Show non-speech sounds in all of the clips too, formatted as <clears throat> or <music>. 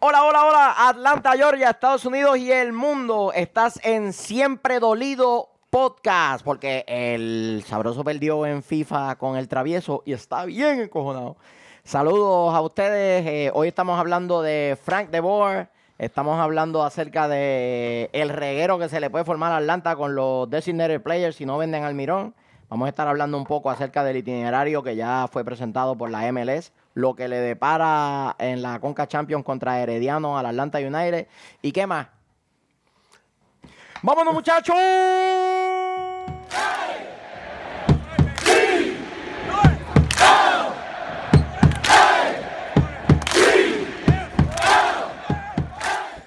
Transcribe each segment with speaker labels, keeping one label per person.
Speaker 1: Hola, hola, hola, Atlanta, Georgia, Estados Unidos y el mundo. Estás en Siempre Dolido Podcast, porque el sabroso perdió en FIFA con el travieso y está bien encojonado. Saludos a ustedes. eh, hoy estamos hablando de Frank de Boer. Estamos hablando acerca de el reguero que se le puede formar a Atlanta con los designated players si no venden Almirón. Vamos a estar hablando un poco acerca del itinerario que ya fue presentado por la MLS, lo que le depara en la Conca Champions contra Herediano al Atlanta United y qué más. ¡Vámonos, muchachos!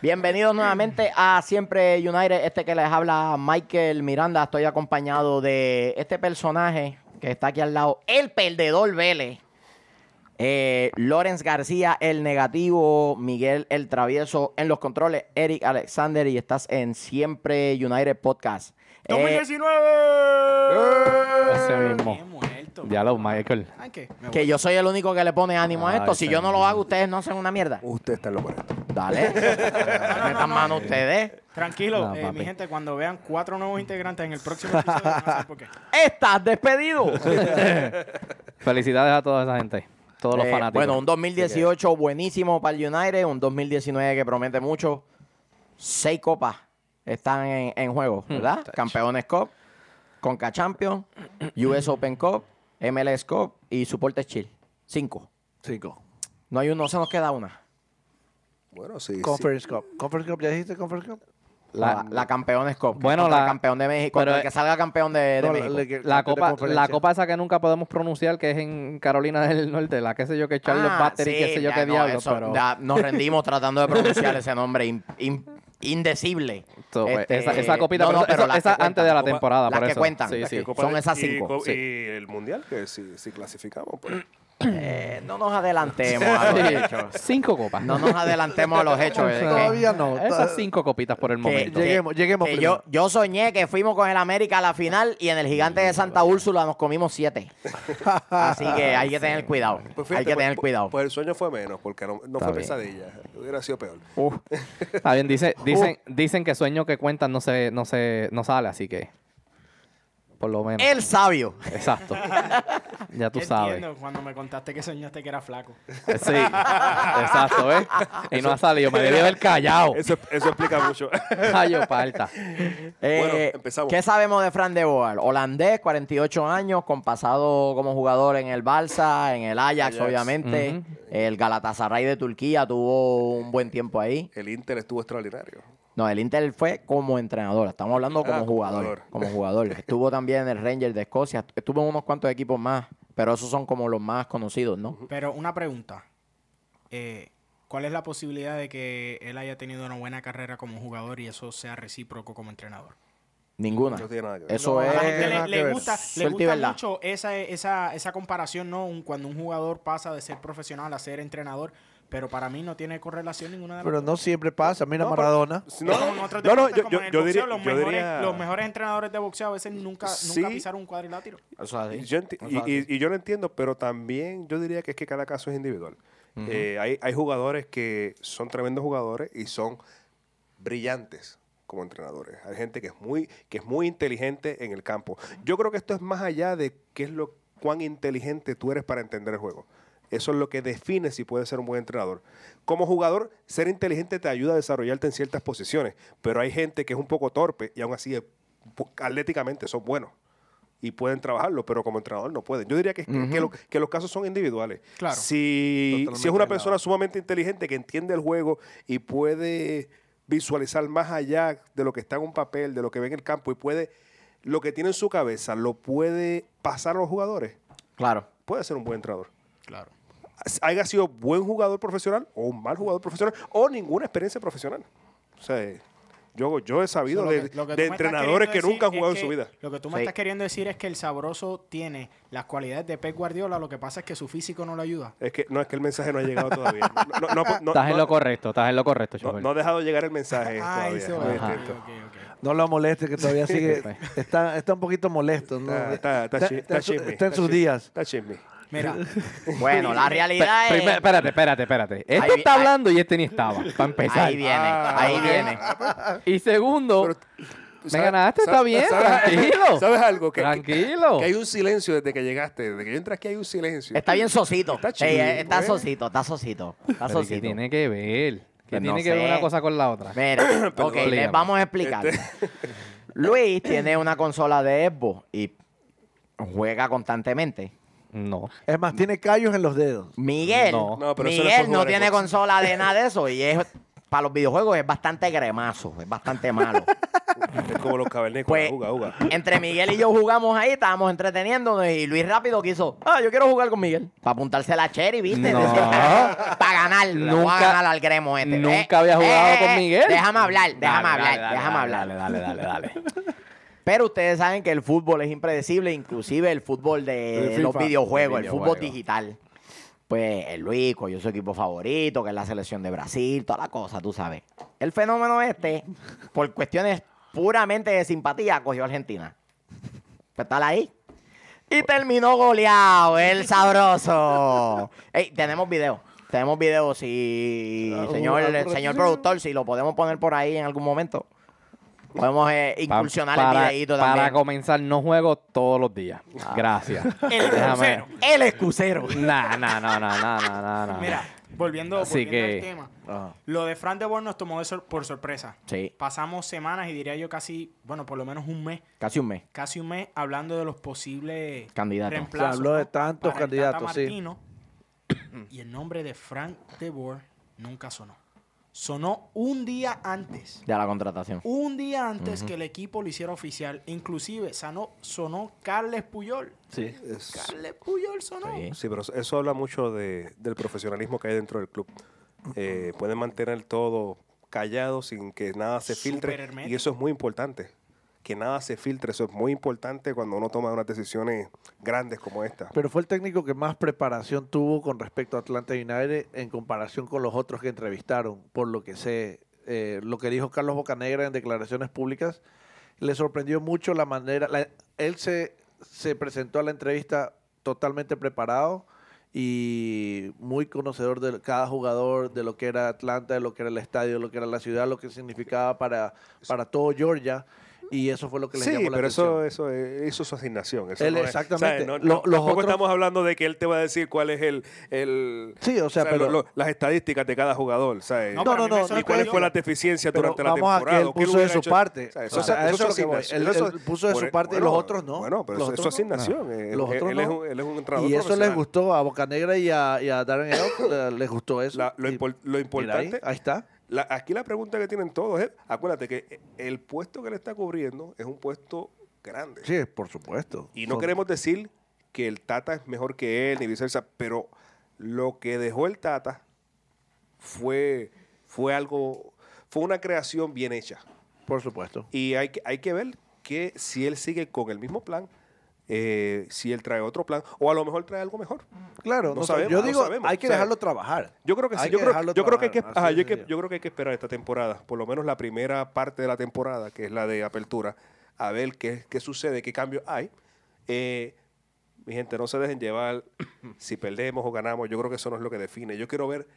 Speaker 1: Bienvenidos nuevamente a Siempre United, este que les habla Michael Miranda. Estoy acompañado de este personaje que está aquí al lado, el perdedor Vélez. Eh, Lorenz García, el negativo, Miguel el travieso en los controles, Eric Alexander y estás en Siempre United Podcast. Eh,
Speaker 2: ¡Eh!
Speaker 3: Ese
Speaker 4: Qué
Speaker 3: mismo.
Speaker 4: muerto.
Speaker 3: Diablo, Michael.
Speaker 4: Ay, ¿qué? Me
Speaker 1: que
Speaker 4: voy.
Speaker 1: yo soy el único que le pone ánimo a
Speaker 3: Ay,
Speaker 1: esto. Si yo no lo
Speaker 3: señor.
Speaker 1: hago, ustedes no hacen una mierda.
Speaker 5: Ah, Usted está en lo correcto. <laughs>
Speaker 1: Dale. Metan mano ustedes.
Speaker 4: Tranquilo,
Speaker 3: No,
Speaker 4: eh,
Speaker 3: papi.
Speaker 4: mi gente, cuando vean cuatro nuevos integrantes en el
Speaker 3: <laughs>
Speaker 4: próximo episodio, van a saber por qué.
Speaker 1: Estás despedido.
Speaker 3: Felicidades a toda esa gente. Todos los
Speaker 1: Eh,
Speaker 3: fanáticos.
Speaker 1: Bueno, un 2018 buenísimo para el United, un 2019 que promete mucho. Seis copas están en, en juego,
Speaker 3: Hmm.
Speaker 1: ¿verdad? Campeones Cup, Conca Champions, US Open Cup, MLS Cup y Supporters Chill. Cinco.
Speaker 2: Cinco.
Speaker 1: No hay uno, se nos queda una.
Speaker 5: Bueno, sí.
Speaker 2: Conference Cup. Conference Cup, ¿ya dijiste Conference Cup?
Speaker 1: La, la Campeones Cup.
Speaker 3: Ah, Bueno,
Speaker 1: contra el
Speaker 3: la-
Speaker 1: campeón de México, contra
Speaker 3: pero-
Speaker 1: el que salga campeón de, de
Speaker 2: No,
Speaker 1: México.
Speaker 2: la- que-
Speaker 3: la
Speaker 2: que
Speaker 3: copa,
Speaker 2: conferencia.
Speaker 3: la copa esa que nunca podemos pronunciar, que es en Carolina del Norte, la que sé yo que Charles
Speaker 1: Ah,
Speaker 3: Battery,
Speaker 1: sí,
Speaker 3: que sé yo
Speaker 1: ya,
Speaker 3: que
Speaker 1: no,
Speaker 3: diablo,
Speaker 1: eso,
Speaker 3: pero
Speaker 1: ya nos rendimos tratando de
Speaker 3: <laughs>
Speaker 1: pronunciar ese nombre in- in- indecible.
Speaker 3: So, pues,
Speaker 1: Este,
Speaker 3: esa, esa copita,
Speaker 1: no, no,
Speaker 3: pero esa-
Speaker 1: las que
Speaker 3: esa
Speaker 1: cuentan.
Speaker 3: antes de la
Speaker 1: Copa-
Speaker 3: temporada,
Speaker 1: las
Speaker 3: por
Speaker 1: que
Speaker 3: eso.
Speaker 1: cuentan.
Speaker 3: Sí, sí.
Speaker 1: Son esas cinco,
Speaker 2: sí.
Speaker 5: Y el mundial, que si, si clasificamos, pues.
Speaker 1: Eh, no <laughs> nos adelantemos a los
Speaker 3: Sí.
Speaker 1: hechos. <laughs>
Speaker 3: Cinco copas.
Speaker 1: No nos adelantemos a
Speaker 5: <laughs>
Speaker 1: los hechos. eh, que-
Speaker 2: Todavía no.
Speaker 3: Esas cinco copitas por el
Speaker 1: que-
Speaker 3: momento.
Speaker 1: que-
Speaker 2: Lleguemos, lleguemos
Speaker 1: que yo,
Speaker 2: primero.
Speaker 1: yo soñé que fuimos con el América a la final y en el gigante de Santa Úrsula nos comimos
Speaker 5: <laughs>
Speaker 1: siete. Así que hay que tener cuidado.
Speaker 5: Pues
Speaker 1: hay que
Speaker 5: fíjate, pues-
Speaker 1: tener
Speaker 5: pues-
Speaker 1: cuidado.
Speaker 5: Pues el sueño fue menos, porque no, no fue
Speaker 3: bien.
Speaker 5: pesadilla. Hubiera sido peor.
Speaker 3: Uf. Está bien, dice, dicen, dicen que sueño que cuentan no se, no se, no sale, así que por lo menos.
Speaker 1: el sabio. <laughs>
Speaker 3: Exacto. ya tú
Speaker 4: Yo
Speaker 3: sabes.
Speaker 4: Entiendo cuando me contaste que soñaste que era flaco.
Speaker 3: Eh, Sí, exacto, ¿eh? Y no ha salido, me debí haber
Speaker 1: Oh.
Speaker 3: callado.
Speaker 5: Eso, eso
Speaker 1: <laughs>
Speaker 5: explica mucho.
Speaker 3: Ay, yo
Speaker 5: <laughs>
Speaker 3: parta.
Speaker 1: Eh,
Speaker 5: Bueno, empezamos.
Speaker 1: ¿Qué sabemos de Fran de Boer? Holandés, 48 años, con pasado como jugador en el Barça, en el Ajax,
Speaker 5: Ajax.
Speaker 1: obviamente. El Galatasaray de Turquía tuvo un buen tiempo ahí.
Speaker 5: El Inter estuvo extraordinario.
Speaker 1: No, el Inter fue como entrenador. Estamos hablando como
Speaker 5: Ah, como
Speaker 1: jugador.
Speaker 5: jugador.
Speaker 1: Como jugador. Estuvo también en el Ranger de Escocia. Estuvo en unos cuantos equipos más, pero esos son como los más conocidos, ¿no?
Speaker 4: Pero una pregunta. Eh, ¿Cuál es la posibilidad de que él haya tenido una buena carrera como jugador y eso sea recíproco como entrenador?
Speaker 1: Ninguna.
Speaker 5: No tiene nada que ver.
Speaker 1: Eso
Speaker 4: No, a la
Speaker 1: es.
Speaker 4: gente le,
Speaker 2: nada
Speaker 4: le
Speaker 2: que ver.
Speaker 4: gusta, le
Speaker 1: Suerte y
Speaker 4: gusta
Speaker 1: verdad.
Speaker 4: mucho esa, esa, esa comparación, ¿no? Un- cuando un jugador pasa de ser profesional a ser entrenador, pero para mí no tiene correlación ninguna de las
Speaker 2: Pero
Speaker 4: dos.
Speaker 2: no siempre pasa. Mira
Speaker 5: No, pero-
Speaker 2: Maradona.
Speaker 4: No, no, otro
Speaker 5: no,
Speaker 4: tipo
Speaker 5: no,
Speaker 4: está
Speaker 5: yo,
Speaker 4: como
Speaker 5: yo-
Speaker 4: en el
Speaker 5: yo
Speaker 4: boxeo,
Speaker 5: diría,
Speaker 4: los,
Speaker 5: yo
Speaker 4: mejores,
Speaker 5: diría-
Speaker 4: los mejores entrenadores de boxeo a veces nunca,
Speaker 5: Sí.
Speaker 4: nunca pisaron un cuadrilátero.
Speaker 1: Eso es así.
Speaker 5: Yo enti- y- y, y yo lo entiendo, pero también yo diría que es que cada caso es individual. Eh, hay, hay jugadores que son tremendos jugadores y son brillantes como entrenadores. Hay gente que es muy, que es muy inteligente en el campo. Yo creo que esto es más allá de qué es lo cuán inteligente tú eres para entender el juego. Eso es lo que define si puedes ser un buen entrenador. Como jugador, ser inteligente te ayuda a desarrollarte en ciertas posiciones, pero hay gente que es un poco torpe y aún así eh, pu- atléticamente son buenos y pueden trabajarlo, pero como entrenador no pueden. Yo diría que, que- que, lo- que los casos son individuales.
Speaker 4: Claro.
Speaker 5: Si,
Speaker 2: Totalmente
Speaker 5: si es una
Speaker 2: de
Speaker 5: persona
Speaker 2: acuerdo.
Speaker 5: sumamente inteligente que entiende el juego y puede visualizar más allá de lo que está en un papel, de lo que ve en el campo y puede, lo que tiene en su cabeza, lo puede pasar a los jugadores,
Speaker 1: Claro.
Speaker 5: puede ser un buen entrenador.
Speaker 4: Claro.
Speaker 5: Haya sido buen jugador profesional o un mal jugador profesional o ninguna experiencia profesional. O sea, yo, yo he sabido
Speaker 4: So, lo
Speaker 5: de,
Speaker 4: que- lo que
Speaker 5: de
Speaker 4: tú me estás
Speaker 5: entrenadores
Speaker 4: queriendo
Speaker 5: que
Speaker 4: decir
Speaker 5: nunca han
Speaker 4: es
Speaker 5: jugado en
Speaker 4: que-
Speaker 5: su vida.
Speaker 4: Lo que tú me
Speaker 1: Sí.
Speaker 4: estás queriendo decir es que el sabroso tiene las cualidades de Pep Guardiola, lo que pasa es que su físico no lo ayuda.
Speaker 5: Es que, no, es que el mensaje no ha llegado todavía. No, no, no, no,
Speaker 3: <laughs> Estás en
Speaker 5: no-
Speaker 3: lo correcto, estás en lo correcto,
Speaker 5: No,
Speaker 3: Chofer.
Speaker 5: no ha dejado llegar el mensaje
Speaker 4: Ah,
Speaker 5: todavía.
Speaker 4: ese
Speaker 5: Muy
Speaker 4: va.
Speaker 3: Ajá.
Speaker 5: distinto.
Speaker 4: Ok, ok, ok.
Speaker 2: No lo moleste, que todavía sigue. está, está un poquito molesto. ¿no?
Speaker 5: Está- está- está chi-
Speaker 2: en
Speaker 5: está
Speaker 2: su-
Speaker 5: chisme,
Speaker 2: está en
Speaker 5: está
Speaker 2: sus
Speaker 5: chisme.
Speaker 2: días.
Speaker 5: Está chisme.
Speaker 4: Mira,
Speaker 5: <laughs>
Speaker 1: Bueno, la realidad
Speaker 3: Pe-
Speaker 1: es.
Speaker 3: primer- espérate, espérate, espérate. Este
Speaker 1: eh. Ahí vi-
Speaker 3: está
Speaker 1: ahí-
Speaker 3: hablando y este ni estaba, para empezar.
Speaker 1: Ahí viene,
Speaker 5: Ah,
Speaker 1: ahí
Speaker 5: ok.
Speaker 1: viene.
Speaker 3: Y segundo,
Speaker 5: Pero-
Speaker 3: me
Speaker 5: ¿Sabes-
Speaker 3: ganaste,
Speaker 5: sabes-
Speaker 3: está bien,
Speaker 5: sabes-
Speaker 1: <laughs>
Speaker 3: tranquilo.
Speaker 5: <laughs> ¿Sabes algo? Que, que-
Speaker 3: tranquilo.
Speaker 5: que hay un silencio desde que llegaste. Desde que yo entré aquí hay un silencio.
Speaker 1: Está bien sosito.
Speaker 5: Está
Speaker 1: Sí, eh,
Speaker 5: chido,
Speaker 1: está
Speaker 5: güey.
Speaker 1: sosito, está sosito. Está
Speaker 3: Pero ¿y ¿Qué
Speaker 1: sosito.
Speaker 3: tiene que ver? ¿Qué
Speaker 1: Pues no
Speaker 3: tiene que ver
Speaker 1: sé.
Speaker 3: una cosa con la otra?
Speaker 1: Mira, ok,
Speaker 3: Perdón.
Speaker 1: les vamos a explicar. Luis tiene una consola de Xbox y juega constantemente.
Speaker 3: No.
Speaker 2: Es más, tiene callos en los dedos.
Speaker 1: Miguel,
Speaker 3: No.
Speaker 5: No, pero eso no es
Speaker 1: Miguel
Speaker 5: por
Speaker 1: no
Speaker 5: jugar
Speaker 1: tiene
Speaker 5: Xbox.
Speaker 1: consola de nada de eso y es para los videojuegos es bastante gremazo, es bastante
Speaker 3: <laughs>
Speaker 1: malo.
Speaker 5: Es como los cabernécolas.
Speaker 1: Pues-
Speaker 5: Uga, uga.
Speaker 1: Entre Miguel y yo jugamos ahí, estábamos entreteniéndonos y Luis rápido quiso, ah, yo quiero jugar con Miguel. Para apuntarse la cherry, ¿viste?
Speaker 3: No.
Speaker 1: <laughs> Para ganar, nunca,
Speaker 3: Nunca-
Speaker 1: ganar al gremo este.
Speaker 3: nunca había jugado con Miguel.
Speaker 1: Déjame hablar, déjame
Speaker 3: Dale,
Speaker 1: hablar,
Speaker 3: dale, dale,
Speaker 1: déjame
Speaker 3: dale,
Speaker 1: hablar.
Speaker 3: Dale, dale, dale, dale.
Speaker 1: Pero ustedes saben que el fútbol es impredecible, inclusive el fútbol de
Speaker 3: El
Speaker 1: los
Speaker 3: FIFA.
Speaker 1: videojuegos, el
Speaker 3: Videojuego.
Speaker 1: fútbol digital. Pues el Luis cogió su equipo favorito, que es la selección de Brasil, toda la cosa, tú sabes. El fenómeno este, por cuestiones puramente de simpatía, cogió a Argentina. Pues está ahí. Y terminó goleado, el sabroso. Ey, tenemos video. Tenemos video, si
Speaker 2: Ah,
Speaker 1: señor,
Speaker 2: ah,
Speaker 1: el
Speaker 2: por
Speaker 1: señor
Speaker 2: aquí.
Speaker 1: productor, si lo podemos poner por ahí en algún momento. Podemos eh, <laughs>
Speaker 3: Pa-
Speaker 1: incursionar
Speaker 3: para,
Speaker 1: el videíto
Speaker 3: para
Speaker 1: también. Ah.
Speaker 3: comenzar, no juego todos los días. Gracias.
Speaker 1: <laughs>
Speaker 4: El
Speaker 3: Déjame.
Speaker 4: crucero.
Speaker 1: El excusero.
Speaker 3: Nah, nah, nah, nah, nah, nah, nah, nah.
Speaker 4: mira,
Speaker 5: Ah.
Speaker 4: volviendo,
Speaker 3: Así
Speaker 4: volviendo
Speaker 3: que-
Speaker 4: al tema. Lo de Fran de Boer nos tomó de sor- por sorpresa.
Speaker 1: Sí,
Speaker 4: Pasamos semanas y diría yo casi, bueno, por lo menos un mes,
Speaker 1: casi un mes.
Speaker 4: casi un mes hablando de los posibles
Speaker 1: Candidato.
Speaker 4: reemplazos,
Speaker 2: Se habló de
Speaker 4: ¿no?
Speaker 2: tantos
Speaker 4: para el
Speaker 2: candidatos,
Speaker 4: Tata
Speaker 2: sí.
Speaker 4: <coughs> Martino, Y el nombre de Frank de Boer nunca sonó. Sonó un día antes.
Speaker 1: Ya la contratación.
Speaker 4: Un día antes que el equipo lo hiciera oficial. Inclusive sanó, sonó Carles Puyol.
Speaker 2: Sí.
Speaker 5: Es-
Speaker 4: Carles Puyol sonó.
Speaker 1: Sí.
Speaker 5: Sí, pero eso- eso habla mucho de- del profesionalismo que hay dentro del club. Eh, pueden mantener todo callado sin que nada se
Speaker 4: Súper
Speaker 5: filtre.
Speaker 4: hermético.
Speaker 5: Y eso es muy importante. Que nada se filtre. Eso es muy importante cuando uno toma unas decisiones grandes como esta.
Speaker 2: Pero fue el técnico que más preparación tuvo con respecto a Atlanta United en comparación con los otros que entrevistaron, por lo que sé, eh, lo que dijo Carlos Bocanegra en declaraciones públicas, le sorprendió mucho la manera, la- él se, se presentó a la entrevista totalmente preparado y muy conocedor de cada jugador, de lo que era Atlanta, de lo que era el estadio, de lo que era la ciudad, lo que significaba para, para todo Georgia. Y eso fue lo que le
Speaker 5: Sí,
Speaker 2: llamó la
Speaker 5: pero
Speaker 2: atención.
Speaker 5: eso, eso, es- eso es su asignación. Eso
Speaker 2: Él,
Speaker 5: no es-
Speaker 2: exactamente.
Speaker 5: ¿sabes? No-
Speaker 2: Lo-
Speaker 5: no-
Speaker 2: los
Speaker 5: tampoco
Speaker 2: otros-
Speaker 5: estamos hablando de que él te va a decir cuál es el... el-
Speaker 2: Sí, o sea,
Speaker 5: lo-
Speaker 2: pero-
Speaker 5: lo- eh, las estadísticas de cada jugador. ¿sabes?
Speaker 4: No,
Speaker 2: No,
Speaker 4: pero a
Speaker 2: no,
Speaker 4: mí me
Speaker 2: no,
Speaker 5: ¿Y
Speaker 2: ni
Speaker 4: sorprendió.
Speaker 5: cuáles fueron las deficiencias
Speaker 2: Pero
Speaker 5: durante la
Speaker 2: vamos a que
Speaker 5: temporada?
Speaker 2: él
Speaker 5: ¿O qué
Speaker 2: puso
Speaker 5: hubiera
Speaker 2: de su
Speaker 5: hecho?
Speaker 2: parte.
Speaker 5: O sea,
Speaker 2: O sea,
Speaker 5: eso
Speaker 2: eso es
Speaker 5: es
Speaker 2: lo que voy.
Speaker 5: asignación.
Speaker 2: Él-
Speaker 5: Eso-
Speaker 2: él puso de su
Speaker 5: por-
Speaker 2: parte y
Speaker 5: bueno,
Speaker 2: los otros no.
Speaker 5: Bueno, pero
Speaker 2: Los
Speaker 5: eso es su
Speaker 2: otros no.
Speaker 5: asignación. eh,
Speaker 2: Los
Speaker 5: él-
Speaker 2: otros
Speaker 5: él es
Speaker 2: no.
Speaker 5: un- Él es un entrenador
Speaker 2: y eso les
Speaker 5: profesional.
Speaker 2: gustó a Bocanegra y a, y a Darren Elf, eh, les gustó eso.
Speaker 5: La- lo,
Speaker 2: Y-
Speaker 5: impor- lo
Speaker 2: mira ahí,
Speaker 5: importante,
Speaker 2: ahí, está.
Speaker 5: la- aquí la pregunta que tienen todos es, acuérdate que el puesto que le está cubriendo es un puesto grande.
Speaker 2: Sí, por supuesto.
Speaker 5: Y no
Speaker 2: Son-
Speaker 5: queremos decir que el Tata es mejor que él, ni viceversa, pero lo que dejó el Tata fue, fue algo, fue una creación bien hecha.
Speaker 2: Por supuesto.
Speaker 5: Y hay que, hay que ver que si él sigue con el mismo plan, eh, si él trae otro plan, o a lo mejor trae algo mejor.
Speaker 2: Claro,
Speaker 5: No
Speaker 2: no, sé,
Speaker 5: sabemos,
Speaker 2: yo
Speaker 5: no
Speaker 2: digo,
Speaker 5: sabemos,
Speaker 2: hay que
Speaker 5: o sea,
Speaker 2: dejarlo trabajar.
Speaker 5: Yo creo que sí.
Speaker 2: Hay
Speaker 5: Yo, creo,
Speaker 2: dejarlo
Speaker 5: yo creo que hay que,
Speaker 2: trabajar,
Speaker 5: ajá,
Speaker 2: así
Speaker 5: yo
Speaker 2: de
Speaker 5: hay que-
Speaker 2: sencillo.
Speaker 5: yo creo que hay que esperar esta temporada, por lo menos la primera parte de la temporada, que es la de apertura, a ver qué, qué sucede, qué cambios hay. Eh, mi gente, no se dejen llevar <clears throat> si perdemos o ganamos. Yo creo que eso no es lo que define. Yo quiero ver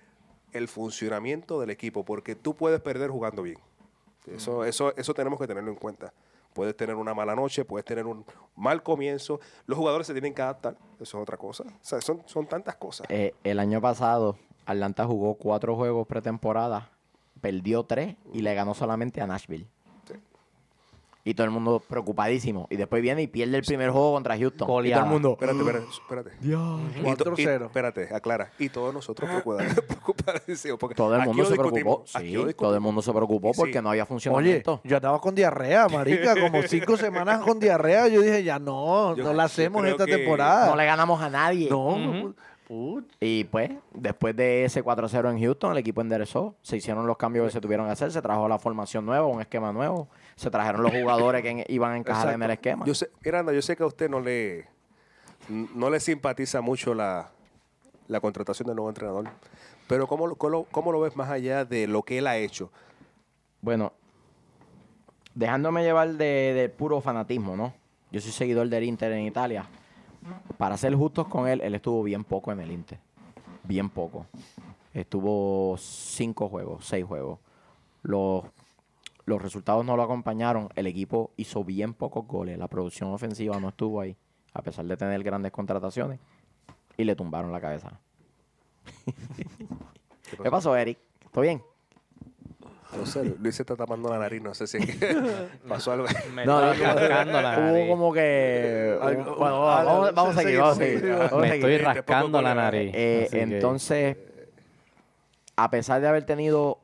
Speaker 5: el funcionamiento del equipo, porque tú puedes perder jugando bien. Eso, eso, eso tenemos que tenerlo en cuenta. Puedes tener una mala noche, puedes tener un mal comienzo. Los jugadores se tienen que adaptar. Eso es otra cosa. O sea, son, son tantas cosas.
Speaker 1: Eh, el año pasado, Atlanta jugó cuatro juegos pretemporada, perdió tres y le ganó solamente a Nashville.
Speaker 5: Sí.
Speaker 1: Y todo el mundo preocupadísimo. Y después viene y pierde el primer juego contra Houston. Y todo
Speaker 3: Goleada.
Speaker 1: el mundo.
Speaker 5: Espérate, espérate, espérate. Y to- y-
Speaker 2: 4-0.
Speaker 5: Espérate, aclara. Y todos nosotros preocupados. <laughs> preocupadísimos, porque
Speaker 1: Todo el
Speaker 5: aquí
Speaker 1: mundo
Speaker 5: lo
Speaker 1: se preocupó.
Speaker 5: discutimos, aquí
Speaker 1: Sí,
Speaker 5: lo
Speaker 1: todo el
Speaker 5: discutimos.
Speaker 1: mundo se preocupó
Speaker 5: Sí.
Speaker 1: porque no había
Speaker 2: Oye,
Speaker 1: funcionamiento.
Speaker 2: yo andaba con diarrea, marica, como cinco semanas con diarrea. Yo dije, ya no,
Speaker 5: Yo-
Speaker 2: no la
Speaker 5: yo
Speaker 2: hacemos
Speaker 5: creo
Speaker 2: esta
Speaker 5: que-
Speaker 2: temporada.
Speaker 1: no le ganamos a nadie.
Speaker 2: No,
Speaker 3: Ujú.
Speaker 2: put-
Speaker 1: Y pues, después de ese 4-0 en Houston, el equipo enderezó. Se hicieron los cambios que se tuvieron que hacer. Se trajo la formación nueva, un esquema nuevo. Se trajeron los jugadores que en- iban a encajar en el
Speaker 5: Exacto.
Speaker 1: esquema.
Speaker 5: Yo sé, Miranda, yo sé que a usted no le, no le simpatiza mucho la, la contratación del nuevo entrenador. Pero ¿cómo, lo- cómo, lo- ¿cómo lo ves más allá de lo que él ha hecho?
Speaker 1: Bueno, dejándome llevar de, del puro fanatismo, ¿no? Yo soy seguidor del Inter en Italia. para ser justos con él, él estuvo bien poco en el Inter. Bien poco. Estuvo cinco juegos, seis juegos. Los, los resultados no lo acompañaron. El equipo hizo bien pocos goles. La producción ofensiva no estuvo ahí, a pesar de tener grandes contrataciones. Y le tumbaron la cabeza. ¿Qué pasó, Eric? ¿Todo bien?
Speaker 5: No sé, Luis se está tapando la nariz, no sé si es que pasó algo.
Speaker 3: Me
Speaker 1: No,
Speaker 3: estoy
Speaker 1: no, no.
Speaker 3: rascando la
Speaker 1: Hubo
Speaker 3: nariz.
Speaker 1: como que.
Speaker 5: Algo-
Speaker 1: Bueno, vamos- vamos, vamos a seguir, vamos a
Speaker 5: ah, Sí, sí,
Speaker 1: seguir.
Speaker 5: sí.
Speaker 1: vamos a
Speaker 3: Me
Speaker 1: seguir.
Speaker 3: estoy
Speaker 5: Te pongo
Speaker 3: rascando la
Speaker 5: colorado.
Speaker 3: nariz.
Speaker 1: Eh,
Speaker 3: así que-
Speaker 1: entonces, a pesar de haber tenido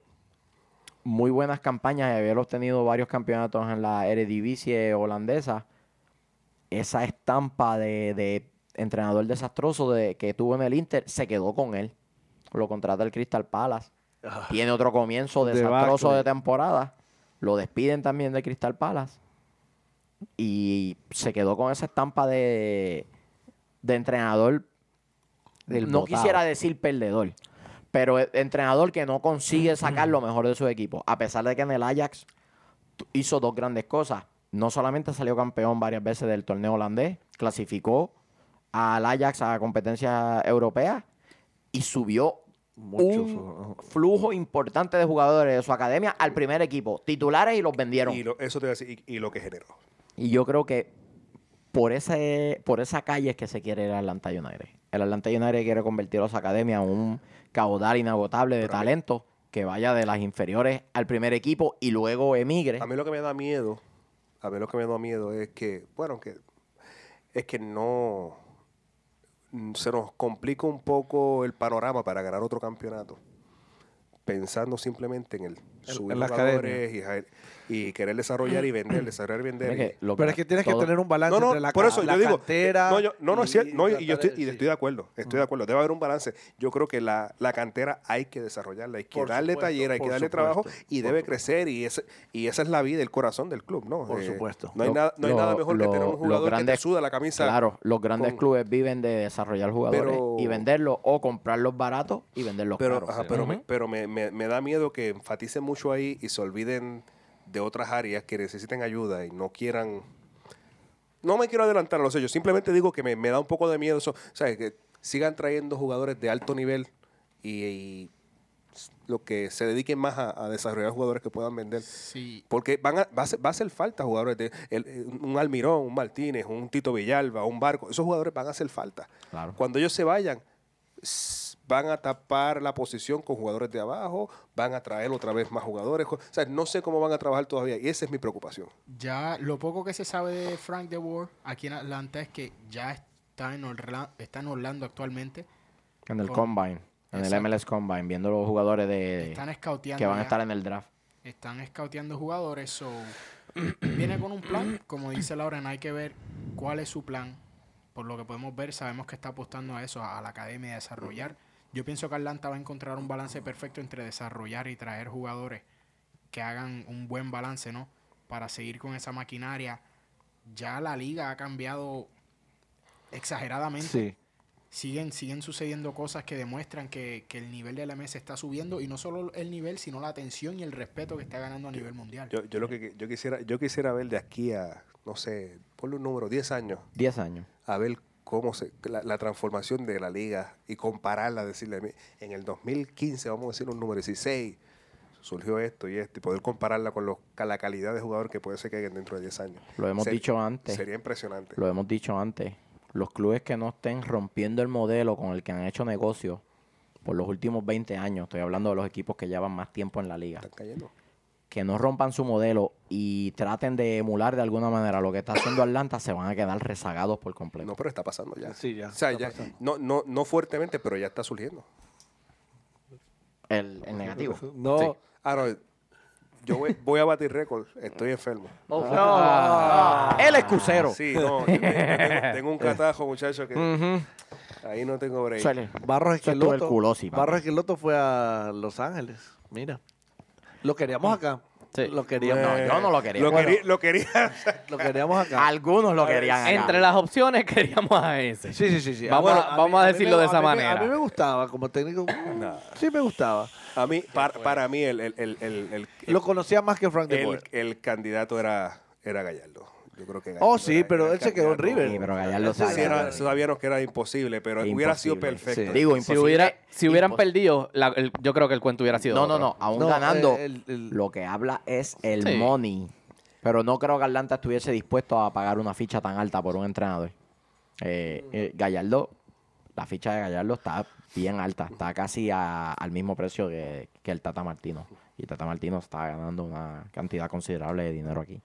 Speaker 1: muy buenas campañas y haber obtenido varios campeonatos en la Eredivisie holandesa, esa estampa de, de entrenador desastroso de, que tuvo en el Inter se quedó con él. Lo contrata el Crystal Palace. Tiene otro comienzo desastroso
Speaker 2: Debacle.
Speaker 1: de temporada. Lo despiden también de Crystal Palace. Y se quedó con esa estampa de, de entrenador
Speaker 3: Del
Speaker 1: no
Speaker 3: botado.
Speaker 1: quisiera decir perdedor, pero e- entrenador que no consigue sacar lo mejor de su equipo. A pesar de que en el Ajax tu- hizo dos grandes cosas. No solamente salió campeón varias veces del torneo holandés, clasificó al Ajax a competencias europeas y subió
Speaker 2: Mucho,
Speaker 1: un flujo importante de jugadores de su academia al primer equipo, titulares y los vendieron.
Speaker 5: Y lo- eso te voy a decir, y, y lo que generó.
Speaker 1: Y yo creo que por ese, por esa calle es que se quiere ir al Atlanta United. El Atlanta United quiere convertir a su academia en un caudal inagotable de
Speaker 5: Pero a mí-
Speaker 1: talento que vaya de las inferiores al primer equipo y luego emigre.
Speaker 5: A mí lo que me da miedo, a mí lo que me da miedo es que, bueno, que es que no mm, se nos complica un poco el panorama para ganar otro campeonato. Pensando simplemente en el subir
Speaker 2: en la
Speaker 5: jugadores y, ja- y querer desarrollar
Speaker 1: <clears throat>
Speaker 5: y vender, desarrollar y vender.
Speaker 1: Es que lo
Speaker 2: Pero es que tienes
Speaker 1: todo-
Speaker 2: que tener un balance entre la,
Speaker 5: por
Speaker 2: ca-
Speaker 5: eso
Speaker 2: la
Speaker 5: yo digo, eh,
Speaker 2: cantera.
Speaker 5: No, yo- no, no, sí, no, y, yo
Speaker 2: tratar
Speaker 5: estoy,
Speaker 2: de-
Speaker 5: y
Speaker 2: sí.
Speaker 5: estoy de acuerdo, estoy de acuerdo. Debe haber un balance. Yo creo que la, la cantera hay que desarrollarla, hay que
Speaker 2: Por
Speaker 5: darle
Speaker 2: supuesto,
Speaker 5: taller, hay que
Speaker 2: por
Speaker 5: darle
Speaker 2: supuesto,
Speaker 5: trabajo y
Speaker 2: por
Speaker 5: debe
Speaker 2: supuesto.
Speaker 5: crecer y, ese, y esa es la vida, el corazón del club, ¿no? Eh,
Speaker 2: Por supuesto.
Speaker 5: No hay,
Speaker 1: Lo-
Speaker 5: nada, no hay
Speaker 1: lo-
Speaker 5: nada mejor
Speaker 1: lo-
Speaker 5: que tener un
Speaker 1: los
Speaker 5: jugador que te
Speaker 1: grandes-
Speaker 5: suda la camisa.
Speaker 1: Claro, los grandes
Speaker 5: con-
Speaker 1: clubes viven de desarrollar jugadores
Speaker 5: Pero-
Speaker 1: y venderlos o comprarlos baratos y venderlos
Speaker 5: Pero,
Speaker 1: caros.
Speaker 5: ajá,
Speaker 3: sí.
Speaker 5: pero, me,
Speaker 3: Ujú.
Speaker 5: pero me, me- me da miedo que enfaticen mucho ahí y se olviden de otras áreas que necesiten ayuda y no quieran. No me quiero adelantar a los hechos, simplemente digo que me, me da un poco de miedo eso. O sea, que sigan trayendo jugadores de alto nivel y, y lo que se dediquen más a, a desarrollar jugadores que puedan vender.
Speaker 4: Sí,
Speaker 5: Porque van a- va, a ser- va a hacer falta jugadores de el- eh, un Almirón, un Martínez, un Tito Villalba, un Barco. Esos jugadores van a hacer falta.
Speaker 1: Claro.
Speaker 5: Cuando ellos se vayan, s- van a tapar la posición con jugadores de abajo, van a traer otra vez más jugadores. O sea, no sé cómo van a trabajar todavía y esa es mi preocupación.
Speaker 4: ya lo poco que se sabe de Frank De Boer aquí en Atlanta es que ya está en Orla- está en Orlando actualmente.
Speaker 1: en el
Speaker 4: con-
Speaker 1: Combine, en el
Speaker 4: Exacto.
Speaker 1: MLS Combine, viendo los jugadores de,
Speaker 4: Están escauteando.
Speaker 1: que van a
Speaker 4: ya.
Speaker 1: estar en el draft.
Speaker 4: están escauteando jugadores, so viene con un plan, como dice Lauren, hay que ver cuál es su plan. Por lo que podemos ver, sabemos que está apostando a eso, a la academia, a desarrollar. Yo pienso que Atlanta va a encontrar un balance perfecto entre desarrollar y traer jugadores que hagan un buen balance, ¿no? Para seguir con esa maquinaria. Ya la liga ha cambiado exageradamente
Speaker 2: Sí.
Speaker 4: siguen, siguen sucediendo cosas que demuestran que, que el nivel de la mesa está subiendo y no solo el nivel, sino la atención y el respeto que está ganando a nivel mundial.
Speaker 5: Yo, yo lo que yo quisiera, yo quisiera ver de aquí a, no sé, ponle un número, 10 años,
Speaker 1: 10 años.
Speaker 5: a ver cómo se la, la transformación de la liga y compararla, decirle, "Mi- en el 2015, vamos a decir un número 16, surgió esto y esto, y poder compararla con los, ca- la calidad de jugador que puede ser que hayan dentro de 10 años.
Speaker 1: Lo hemos
Speaker 5: Ser-
Speaker 1: dicho antes.
Speaker 5: Sería impresionante.
Speaker 1: Lo hemos dicho antes. Los clubes que no estén rompiendo el modelo con el que han hecho negocio por los últimos 20 años, estoy hablando de los equipos que llevan más tiempo en la liga,
Speaker 5: Están cayendo.
Speaker 1: que no rompan su modelo y traten de emular de alguna manera lo que está haciendo Atlanta, se van a quedar rezagados por completo.
Speaker 5: No, pero está pasando ya.
Speaker 2: Sí, ya,
Speaker 5: O sea,
Speaker 2: está
Speaker 5: ya-
Speaker 2: pasando.
Speaker 5: no, no, no fuertemente, pero ya está surgiendo.
Speaker 1: El, el negativo.
Speaker 2: No.
Speaker 5: Sí. Ah, no, yo voy, voy a batir récord, estoy enfermo.
Speaker 1: El excusero.
Speaker 5: Sí, no, yo- yo tengo, tengo
Speaker 1: <laughs>
Speaker 5: un catajo, muchacho, que ahí no tengo break.
Speaker 1: Suele.
Speaker 2: Barros
Speaker 1: Eso es
Speaker 2: Esqueloto.
Speaker 1: tuberculosis, papi.
Speaker 2: Barros Esqueloto fue a Los Ángeles. Mira. Lo queríamos acá.
Speaker 3: Sí.
Speaker 2: Lo queríamos.
Speaker 1: No, yo no lo quería.
Speaker 5: Lo,
Speaker 1: Bueno.
Speaker 5: quería- lo quería.
Speaker 2: Lo queríamos acá.
Speaker 1: Algunos lo querían acá.
Speaker 3: Entre las opciones <laughs> queríamos a ese.
Speaker 2: Sí, sí, sí. sí.
Speaker 3: Vamos
Speaker 2: Bueno,
Speaker 3: a-
Speaker 2: mí-
Speaker 3: vamos a
Speaker 2: mí
Speaker 3: decirlo
Speaker 2: me-
Speaker 3: de esa
Speaker 2: mí me-
Speaker 3: manera.
Speaker 2: A mí me gustaba como técnico. mm, Sí, me gustaba.
Speaker 5: <laughs> A mí, para, para mí, el, el, el, el, el-
Speaker 2: Lo conocía más que Frank de
Speaker 5: el-
Speaker 2: Boer. <laughs>
Speaker 5: el candidato era, era Gallardo. Yo creo que
Speaker 2: Oh,
Speaker 5: Gallardo
Speaker 2: sí,
Speaker 5: era-
Speaker 2: pero
Speaker 5: era
Speaker 2: él se quedó en
Speaker 5: candidato.
Speaker 2: River.
Speaker 1: Sí, pero Gallardo
Speaker 5: Sí, sí, era-
Speaker 1: saca.
Speaker 5: sabíamos que era imposible, pero hubiera sido
Speaker 1: Imposible.
Speaker 5: perfecto.
Speaker 1: Sí. Digo,
Speaker 3: Si,
Speaker 1: imposible.
Speaker 3: hubiera, si hubieran
Speaker 1: impos-
Speaker 3: perdido, la- el- yo creo que el cuento hubiera sido
Speaker 1: No, no,
Speaker 3: otro.
Speaker 1: no. Aún
Speaker 2: No, eh,
Speaker 1: ganando,
Speaker 2: el- el-
Speaker 1: lo que habla es el
Speaker 3: Sí.
Speaker 1: money. Pero no creo que Atlanta estuviese dispuesto a pagar una ficha tan alta por un entrenador. Eh, eh, Gallardo, la ficha de Gallardo está bien alta. Está casi a- al mismo precio que, que el Tata Martino. Y Tata Martino está ganando una cantidad considerable de dinero aquí.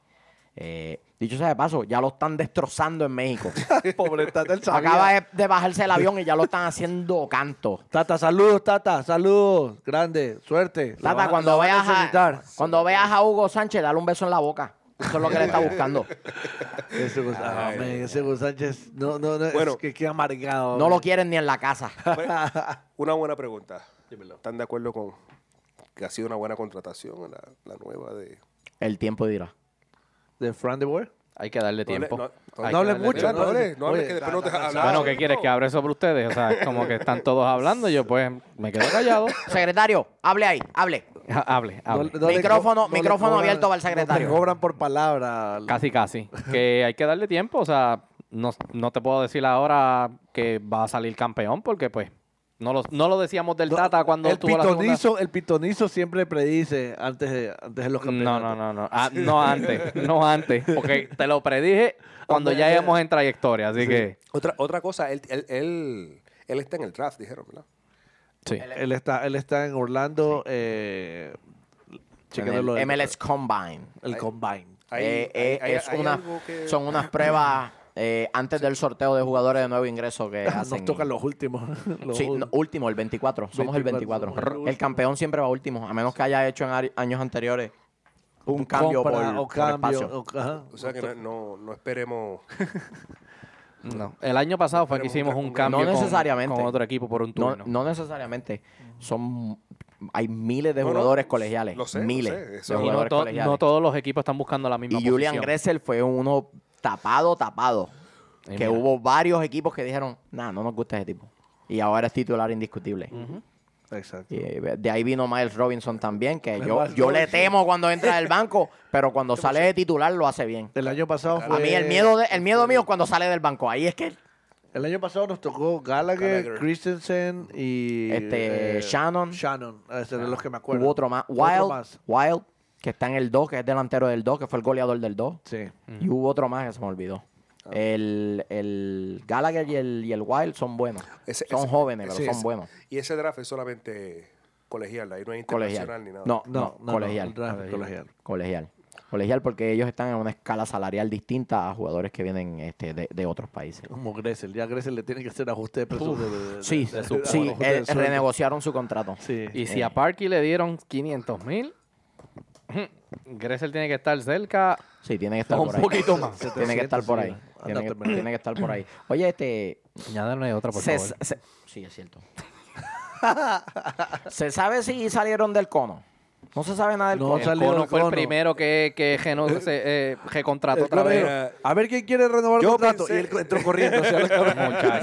Speaker 1: Eh, dicho sea de paso, ya lo están destrozando en México.
Speaker 2: Pobre Tata, él <laughs> sabía.
Speaker 1: Acaba de, de bajarse el avión y ya lo están haciendo canto.
Speaker 2: Tata, saludos, Tata, saludos. Grande, suerte.
Speaker 1: Tata,
Speaker 2: La van a- la
Speaker 1: cuando
Speaker 2: van
Speaker 1: veas a,
Speaker 2: solicitar.
Speaker 1: cuando veas a Hugo Sánchez, dale un beso en la boca. Eso es lo que le está
Speaker 2: <laughs>
Speaker 1: buscando.
Speaker 2: Ese Gus, ah,
Speaker 5: Ay,
Speaker 2: man, ese Gus Sánchez, no, no, no,
Speaker 5: Bueno.
Speaker 2: es que qué amargado.
Speaker 1: No lo
Speaker 2: man.
Speaker 1: quieren ni en la
Speaker 2: <laughs>
Speaker 1: casa.
Speaker 5: Una buena pregunta. ¿Están de acuerdo con que ha sido una buena contratación la, la nueva de...
Speaker 1: El tiempo dirá.
Speaker 2: ¿De Fran de Boer?
Speaker 3: Hay que darle
Speaker 5: No hable-
Speaker 3: tiempo.
Speaker 5: no- no
Speaker 3: Hay
Speaker 2: no
Speaker 3: que
Speaker 2: hable
Speaker 3: darle
Speaker 2: mucho,
Speaker 5: Mira,
Speaker 3: tiempo.
Speaker 5: no hables, no hables,
Speaker 2: Oye,
Speaker 5: que después no te dejas hablar.
Speaker 3: Bueno, ¿qué quieres? ¿Que hable sobre ustedes? O sea, como que están todos hablando, yo pues me quedo callado.
Speaker 1: Secretario, hable ahí, hable.
Speaker 3: Ha- Hable,
Speaker 2: No-
Speaker 3: hable.
Speaker 2: no le co-
Speaker 1: Micrófono-
Speaker 2: le
Speaker 1: micrófono abierto para el
Speaker 2: no te
Speaker 1: secretario.
Speaker 2: cobran por palabra.
Speaker 3: Casi, casi. Que hay que darle tiempo. O sea, no, no te puedo decir ahora que va a salir campeón porque, pues, no lo, no lo decíamos del
Speaker 2: No,
Speaker 3: Tata cuando
Speaker 2: el
Speaker 3: tuvo la segunda-
Speaker 2: pitonizo, el pitonizo siempre predice antes de, antes de los
Speaker 3: No,
Speaker 2: campeonatos.
Speaker 3: no, no, <laughs> no. Ah, no antes, no <laughs> antes. Porque te lo predije cuando ya
Speaker 2: Hombre.
Speaker 3: íbamos en trayectoria. Así que,
Speaker 5: Otra, otra cosa, él, él, él, él está en el draft, dijeron, ¿verdad?
Speaker 3: sí.
Speaker 2: Él está, él está en Orlando, eh,
Speaker 1: En
Speaker 2: chequeando
Speaker 1: el
Speaker 2: lo del-
Speaker 1: MLS Combine.
Speaker 2: el combine.
Speaker 5: Hay-
Speaker 1: Eh,
Speaker 5: hay-
Speaker 1: eh,
Speaker 5: hay-
Speaker 1: es
Speaker 5: hay
Speaker 1: una-
Speaker 5: algo que-
Speaker 1: Son unas pruebas eh, antes del sorteo de jugadores de nuevo ingreso que hacen.
Speaker 2: <laughs> Nos tocan los últimos. <laughs> los
Speaker 1: Ah, Sí,
Speaker 2: ul-
Speaker 1: no, último, el 24. Somos el
Speaker 2: 24,
Speaker 1: 24.
Speaker 2: somos el
Speaker 1: el campeón siempre va último, a menos que haya hecho en ari- años anteriores un cambio por,
Speaker 2: compra o
Speaker 1: por
Speaker 2: cambio,
Speaker 1: espacio.
Speaker 2: o- ajá.
Speaker 5: O sea que no, no, no esperemos...
Speaker 3: No. El año pasado fue que hicimos
Speaker 5: Esperemos otra
Speaker 3: un
Speaker 5: congre-
Speaker 3: cambio
Speaker 1: No
Speaker 3: con-
Speaker 1: necesariamente.
Speaker 3: Con, otro equipo por un
Speaker 1: No,
Speaker 3: turno.
Speaker 1: no necesariamente. Son hay miles de
Speaker 5: No, no,
Speaker 1: jugadores colegiales.
Speaker 5: lo sé, lo
Speaker 1: miles
Speaker 5: sé, eso-
Speaker 1: de
Speaker 3: y no,
Speaker 1: jugadores
Speaker 3: to-
Speaker 1: colegiales.
Speaker 3: no todos los equipos están buscando la misma
Speaker 1: y Julian
Speaker 3: posición.
Speaker 1: Gressel fue uno tapado, tapado.
Speaker 3: Y
Speaker 1: que
Speaker 3: mira.
Speaker 1: hubo varios equipos que dijeron, nah, no nos gusta ese tipo. Y ahora es titular indiscutible.
Speaker 2: Exacto.
Speaker 1: Y, eh, de ahí vino Miles Robinson también, que yo,
Speaker 2: Miles
Speaker 1: yo le
Speaker 2: Robinson.
Speaker 1: temo cuando entra del banco, pero cuando sale de titular lo hace bien.
Speaker 2: El año pasado fue.
Speaker 1: A mí el miedo, de- el miedo mío es cuando sale del banco. Ahí es que
Speaker 2: El año pasado nos tocó Gallagher,
Speaker 5: Gallagher.
Speaker 2: Christensen y. eh,
Speaker 1: Este, Shannon. Ah,
Speaker 2: Shannon, ah, ese de los que me acuerdo.
Speaker 1: hubo otro más.
Speaker 2: Otro
Speaker 1: Wild,
Speaker 2: más.
Speaker 1: Wild, que está en el 2, que es delantero del 2, que fue el goleador del 2.
Speaker 2: Sí.
Speaker 1: Y hubo otro más que se me olvidó.
Speaker 2: Ah.
Speaker 1: El, el Gallagher y el, y el Wild son buenos.
Speaker 5: Ese-
Speaker 1: son
Speaker 5: ese-
Speaker 1: jóvenes, pero
Speaker 5: ese-
Speaker 1: son
Speaker 5: ese-
Speaker 1: buenos.
Speaker 5: Y ese draft es solamente colegial, ahí no es internacional
Speaker 1: Colegial.
Speaker 5: ni nada.
Speaker 1: No,
Speaker 2: No,
Speaker 1: no,
Speaker 2: no,
Speaker 1: colegial.
Speaker 2: el draft,
Speaker 1: colegial.
Speaker 2: colegial.
Speaker 1: Colegial. Colegial porque ellos están en una escala salarial distinta a jugadores que vienen este, de, de otros países.
Speaker 2: Como Gressel. Ya a Gressel le tiene que hacer ajuste de presupuesto. de- de-
Speaker 1: Sí,
Speaker 2: de- de-
Speaker 1: sí,
Speaker 2: de-
Speaker 1: sí,
Speaker 2: ajuste de
Speaker 1: eh,
Speaker 2: sueldo.
Speaker 1: renegociaron su contrato.
Speaker 2: Sí.
Speaker 3: Y si a Parky le dieron 500 mil, <laughs> Gressel tiene que estar cerca.
Speaker 1: Sí, tiene que estar
Speaker 3: Un
Speaker 1: por ahí.
Speaker 3: poquito más.
Speaker 1: Tiene que estar por ahí.
Speaker 2: 700,
Speaker 1: Tiene que,
Speaker 2: ándate, Bernardo.
Speaker 1: tiene que estar por ahí. Oye, este...
Speaker 3: Añádale otra, por
Speaker 1: se-
Speaker 3: favor.
Speaker 1: se- sí, es cierto. <laughs> ¿Se sabe si salieron del cono? No se sabe nada del
Speaker 2: No
Speaker 1: cono.
Speaker 3: El
Speaker 2: salió
Speaker 3: Cono
Speaker 2: el
Speaker 3: fue el
Speaker 2: Cono.
Speaker 3: primero que, que, geno- se, eh, que contrató
Speaker 2: El
Speaker 3: otra
Speaker 2: Cono
Speaker 3: vez.
Speaker 2: dijo, a ver quién quiere renovar el
Speaker 5: Yo
Speaker 2: contrato.
Speaker 5: pensé-
Speaker 2: Y él entró corriendo.
Speaker 5: <laughs>
Speaker 2: hacia la cámara.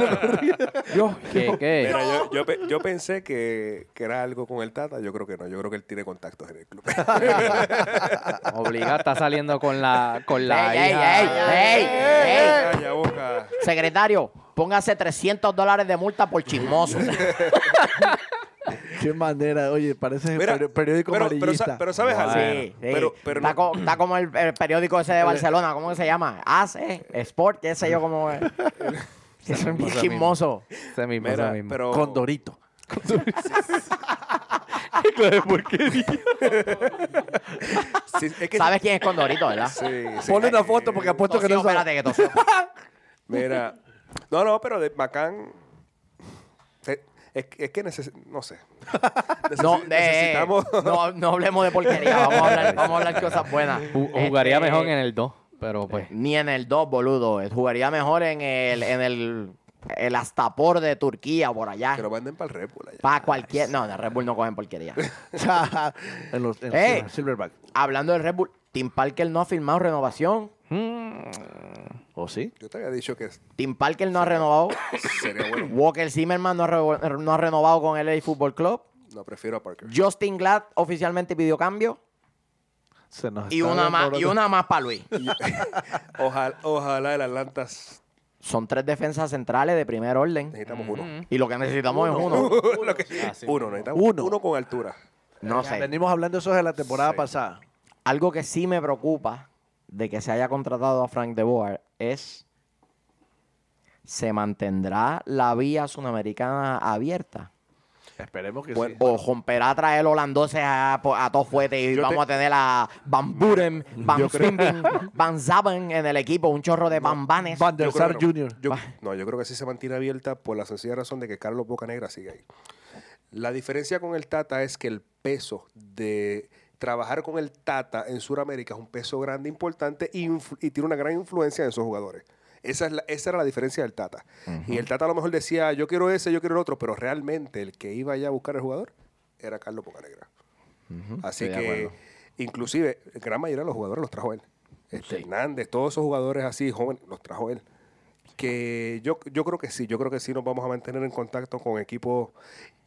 Speaker 3: ¿Qué, qué?
Speaker 5: Mira, yo, yo pe- yo pensé que, que era algo con el Tata, yo creo que no, yo creo que él tiene contactos en el club.
Speaker 3: Obligado está saliendo con la, con la
Speaker 1: Ey, ey,
Speaker 3: hija.
Speaker 1: ey, ey, ey.
Speaker 5: Calla boca.
Speaker 1: Secretario, póngase 300 dólares de multa por
Speaker 3: <laughs>
Speaker 1: chismoso.
Speaker 2: <laughs> Qué manera. Oye, parece
Speaker 5: Mira,
Speaker 2: peri- periódico
Speaker 5: pero, pero
Speaker 2: amarillista.
Speaker 5: sa- pero sabes algo.
Speaker 1: Sí, sí.
Speaker 5: Pero, pero
Speaker 1: está,
Speaker 5: no-
Speaker 1: co- está como el, el periódico
Speaker 3: Eh,
Speaker 1: ese de Barcelona, ¿cómo que se llama? ACE, Sport, qué sé yo, como...
Speaker 3: <laughs>
Speaker 1: es. Sí, son bien
Speaker 3: Pasa
Speaker 1: chismosos.
Speaker 3: Ese mismo,
Speaker 5: mira,
Speaker 3: ese mismo.
Speaker 5: pero-
Speaker 2: <laughs> Condorito.
Speaker 5: sí, es que-
Speaker 1: ¿Sabes quién es Condorito, verdad?
Speaker 5: Sí, sí.
Speaker 2: Ponle una
Speaker 5: Ay,
Speaker 2: foto porque apuesto que
Speaker 1: Tosió,
Speaker 2: no sabe.
Speaker 1: espérate que tosió.
Speaker 5: <laughs>
Speaker 3: <laughs>
Speaker 5: Mira, no, no, pero de Macán. te- Es, es que neces- no sé. Necesi-
Speaker 1: No, eh, de-
Speaker 5: necesitamos.
Speaker 1: no, no hablemos de porquería, vamos a hablar, vamos a hablar cosas buenas.
Speaker 3: Ju- Jugaría
Speaker 1: Este,
Speaker 3: mejor en el 2, pero pues.
Speaker 1: Ni en el 2, boludo. Jugaría mejor en el, en el, el Astapor de Turquía, por allá.
Speaker 5: que lo manden para el Red Bull allá.
Speaker 1: Para cualquier... No, de Red Bull no cogen porquería.
Speaker 2: en los en
Speaker 1: Ey.
Speaker 2: Silver- Silverback.
Speaker 1: Hablando del Red Bull, Tim Parker no ha firmado renovación.
Speaker 3: mm,
Speaker 2: ¿O sí?
Speaker 5: Yo te había dicho que
Speaker 1: Tim Parker no ha renovado.
Speaker 5: sería bueno.
Speaker 1: Walker Zimmerman no ha, revo- no ha renovado con LA Football Club.
Speaker 5: No, prefiero a Parker.
Speaker 1: Justin Glad oficialmente pidió cambio.
Speaker 2: Se nos
Speaker 1: Y
Speaker 2: está
Speaker 1: una, más, y
Speaker 2: desmoronando.
Speaker 1: una más para Luis.
Speaker 5: Ojalá, ojalá el Atlanta s-
Speaker 1: Son tres defensas centrales de primer orden.
Speaker 5: necesitamos uno.
Speaker 1: Y lo que necesitamos es uno.
Speaker 5: Lo que- uno, necesitamos
Speaker 2: Uno.
Speaker 5: uno. con altura.
Speaker 1: No sé.
Speaker 2: Venimos hablando de eso de la temporada pasada.
Speaker 1: Algo que sí me preocupa de que se haya contratado a Frank de Boer es se mantendrá la vía sudamericana abierta
Speaker 2: Esperemos que
Speaker 5: Bueno,
Speaker 2: sí.
Speaker 1: Pues o romperá a traer holandeses a, po- a todo fuerte y
Speaker 5: Yo
Speaker 1: vamos
Speaker 5: te-
Speaker 1: a tener a Van Buren, Van
Speaker 5: Yo creo-
Speaker 1: Swinbin, Van Zaben en el equipo, un chorro de Van Banes.
Speaker 2: Van der
Speaker 5: Yo creo
Speaker 2: Sar
Speaker 5: que no.
Speaker 2: Jr.
Speaker 5: Yo- no, yo creo que sí se mantiene abierta por la sencilla razón de que Carlos Bocanegra sigue ahí. La diferencia con el Tata es que el peso de trabajar con el Tata en Sudamérica es un peso grande, importante e influ- y tiene una gran influencia en esos jugadores. Esa, es la- esa era la diferencia del Tata. Y el Tata a lo mejor decía, yo quiero ese, yo quiero el otro, pero realmente el que iba allá a buscar al jugador era Carlos Bocanegra. Así
Speaker 1: estoy de
Speaker 5: que,
Speaker 1: acuerdo.
Speaker 5: inclusive, gran mayoría de los jugadores los trajo él. Este,
Speaker 1: Sí.
Speaker 5: Hernández, todos esos jugadores así jóvenes, los trajo él. Que yo, yo creo que sí, yo creo que sí nos vamos a mantener en contacto con equipos.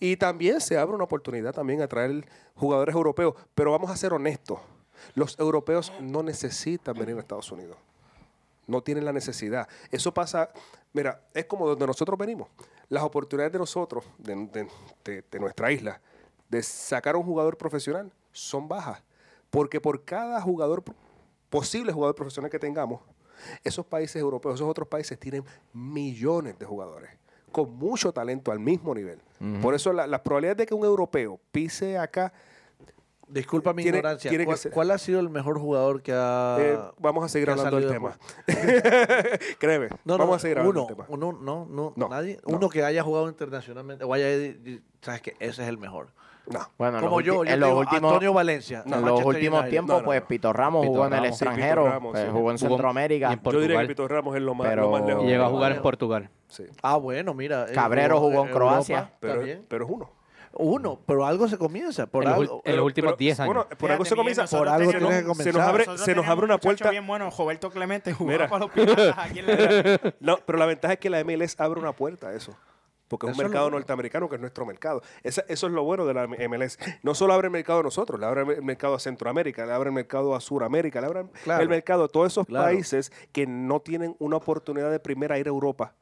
Speaker 5: Y también se abre una oportunidad también a traer jugadores europeos. Pero vamos a ser honestos, los europeos no necesitan venir a Estados Unidos. No tienen la necesidad. Eso pasa, mira, es como donde nosotros venimos. Las oportunidades de nosotros, de, de- de- de nuestra isla, de sacar a un jugador profesional son bajas. Porque por cada jugador, pro- posible jugador profesional que tengamos, esos países europeos, esos otros países tienen millones de jugadores con mucho talento al mismo nivel. Por eso la- las probabilidades de que un europeo pise acá,
Speaker 2: Disculpa mi
Speaker 5: Tiene-
Speaker 2: ignorancia.
Speaker 5: tiene que
Speaker 2: ¿Cuál,
Speaker 5: ser-
Speaker 2: cuál ha sido el mejor jugador que ha.
Speaker 5: eh, vamos a seguir
Speaker 2: que ha
Speaker 5: hablando del
Speaker 2: salido
Speaker 5: tema. <laughs> Créeme,
Speaker 2: No, no,
Speaker 5: vamos a seguir hablando
Speaker 2: uno,
Speaker 5: del tema.
Speaker 2: uno, no, no,
Speaker 5: No,
Speaker 2: nadie.
Speaker 5: no.
Speaker 2: Uno que haya jugado internacionalmente o haya, sabes que ese es el mejor.
Speaker 5: No.
Speaker 1: Bueno, en
Speaker 2: Como
Speaker 1: los
Speaker 2: yo,
Speaker 1: ulti-
Speaker 2: yo
Speaker 1: en los
Speaker 2: digo,
Speaker 1: últimos-
Speaker 2: Antonio Valencia.
Speaker 1: en los
Speaker 2: Manchester
Speaker 1: últimos
Speaker 2: United.
Speaker 1: tiempos,
Speaker 5: No, no,
Speaker 1: pues
Speaker 5: no.
Speaker 1: Pito Ramos
Speaker 3: Pito
Speaker 1: jugó en el
Speaker 3: Ramos. Sí,
Speaker 5: Pito
Speaker 1: extranjero,
Speaker 5: Ramos,
Speaker 1: pues,
Speaker 5: sí.
Speaker 1: jugó en
Speaker 3: Jugó-
Speaker 1: Centroamérica.
Speaker 3: y en
Speaker 5: Yo diría que
Speaker 3: Portugal.
Speaker 5: Pito Ramos es lo más,
Speaker 1: Pero-
Speaker 5: lo más lejos.
Speaker 3: Y
Speaker 5: que
Speaker 3: Llegó a
Speaker 5: va.
Speaker 3: jugar en Portugal.
Speaker 5: Sí.
Speaker 2: Ah, bueno, mira. eh,
Speaker 1: Cabrero jugó en Croacia.
Speaker 5: Pero,
Speaker 2: también.
Speaker 5: pero es uno.
Speaker 2: Uno, pero algo se comienza. Por
Speaker 3: En los
Speaker 2: algo,
Speaker 3: ul- en los últimos
Speaker 5: Pero-
Speaker 3: 10 años.
Speaker 5: Bueno, por algo
Speaker 4: Fíjate,
Speaker 5: se comienza.
Speaker 4: Miguel,
Speaker 2: por
Speaker 4: nosotros
Speaker 2: algo
Speaker 4: teníamos-
Speaker 2: tienes que
Speaker 5: se
Speaker 2: comenzar.
Speaker 5: nos abre,
Speaker 4: Nosotros
Speaker 5: se nos
Speaker 4: teníamos
Speaker 5: abre
Speaker 4: un
Speaker 5: una
Speaker 4: muchacho
Speaker 5: puerta.
Speaker 4: bien bueno, Roberto Clemente jugaba
Speaker 5: Mira.
Speaker 4: para los piratas aquí en la
Speaker 2: <laughs>
Speaker 4: liga.
Speaker 5: No, pero la ventaja es que la MLS abre una puerta a eso. Porque es un
Speaker 2: Eso es lo
Speaker 5: mercado
Speaker 2: bueno.
Speaker 5: norteamericano que es nuestro mercado. Esa- eso es lo bueno de la MLS. No solo abre el mercado a nosotros, le abre el mercado a Centroamérica, le abre el mercado a Suramérica, le abre
Speaker 2: Claro.
Speaker 5: el mercado a todos esos
Speaker 2: Claro.
Speaker 5: países que no tienen una oportunidad de primera a ir a Europa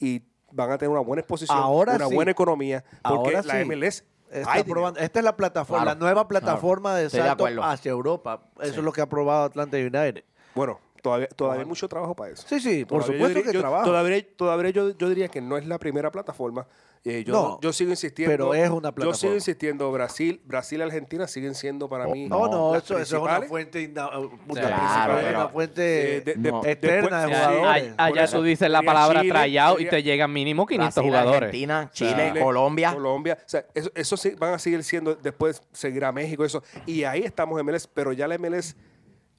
Speaker 5: y van a tener una buena exposición,
Speaker 2: Ahora
Speaker 5: una
Speaker 2: sí.
Speaker 5: buena economía, porque
Speaker 2: Ahora
Speaker 5: la
Speaker 2: sí.
Speaker 5: MLS
Speaker 2: Está
Speaker 5: hay
Speaker 2: probando- esta es la plataforma,
Speaker 1: Claro,
Speaker 2: la nueva plataforma de
Speaker 1: Estoy de
Speaker 2: salto
Speaker 1: acuerdo.
Speaker 2: hacia Europa. Eso es lo que ha probado Atlanta United.
Speaker 5: dinero. Bueno, todavía, todavía hay mucho trabajo para eso.
Speaker 2: Sí, sí, por
Speaker 5: Todavía
Speaker 2: supuesto
Speaker 5: yo diría-
Speaker 2: que
Speaker 5: yo-
Speaker 2: trabaja.
Speaker 5: Todavía, todavía yo, yo diría que no es la primera plataforma. Eh, yo,
Speaker 2: No,
Speaker 5: yo sigo insistiendo.
Speaker 2: pero es una
Speaker 5: Yo sigo
Speaker 2: plataforma.
Speaker 5: insistiendo. Brasil, Brasil y Argentina siguen siendo para mí.
Speaker 2: No, no,
Speaker 5: las
Speaker 2: eso, eso es una
Speaker 5: principales.
Speaker 2: fuente, inda- puta,
Speaker 3: Claro,
Speaker 2: principal,
Speaker 1: pero-
Speaker 2: una fuente
Speaker 5: Eh, de-
Speaker 1: de- No.
Speaker 2: externa de
Speaker 5: después-
Speaker 3: Allá-
Speaker 2: jugadores.
Speaker 5: Sí,
Speaker 3: Allá
Speaker 5: eso.
Speaker 3: tú dices la
Speaker 5: Iría
Speaker 3: palabra
Speaker 5: Chile,
Speaker 3: tryout y
Speaker 5: iría-
Speaker 3: te llegan mínimo 500
Speaker 1: Brasil,
Speaker 3: jugadores.
Speaker 1: Argentina,
Speaker 3: sea,
Speaker 1: Chile, Colombia.
Speaker 5: Colombia. O sea, eso, eso sí van a seguir siendo, después seguirá México, eso. Y ahí estamos en MLS, pero ya la MLS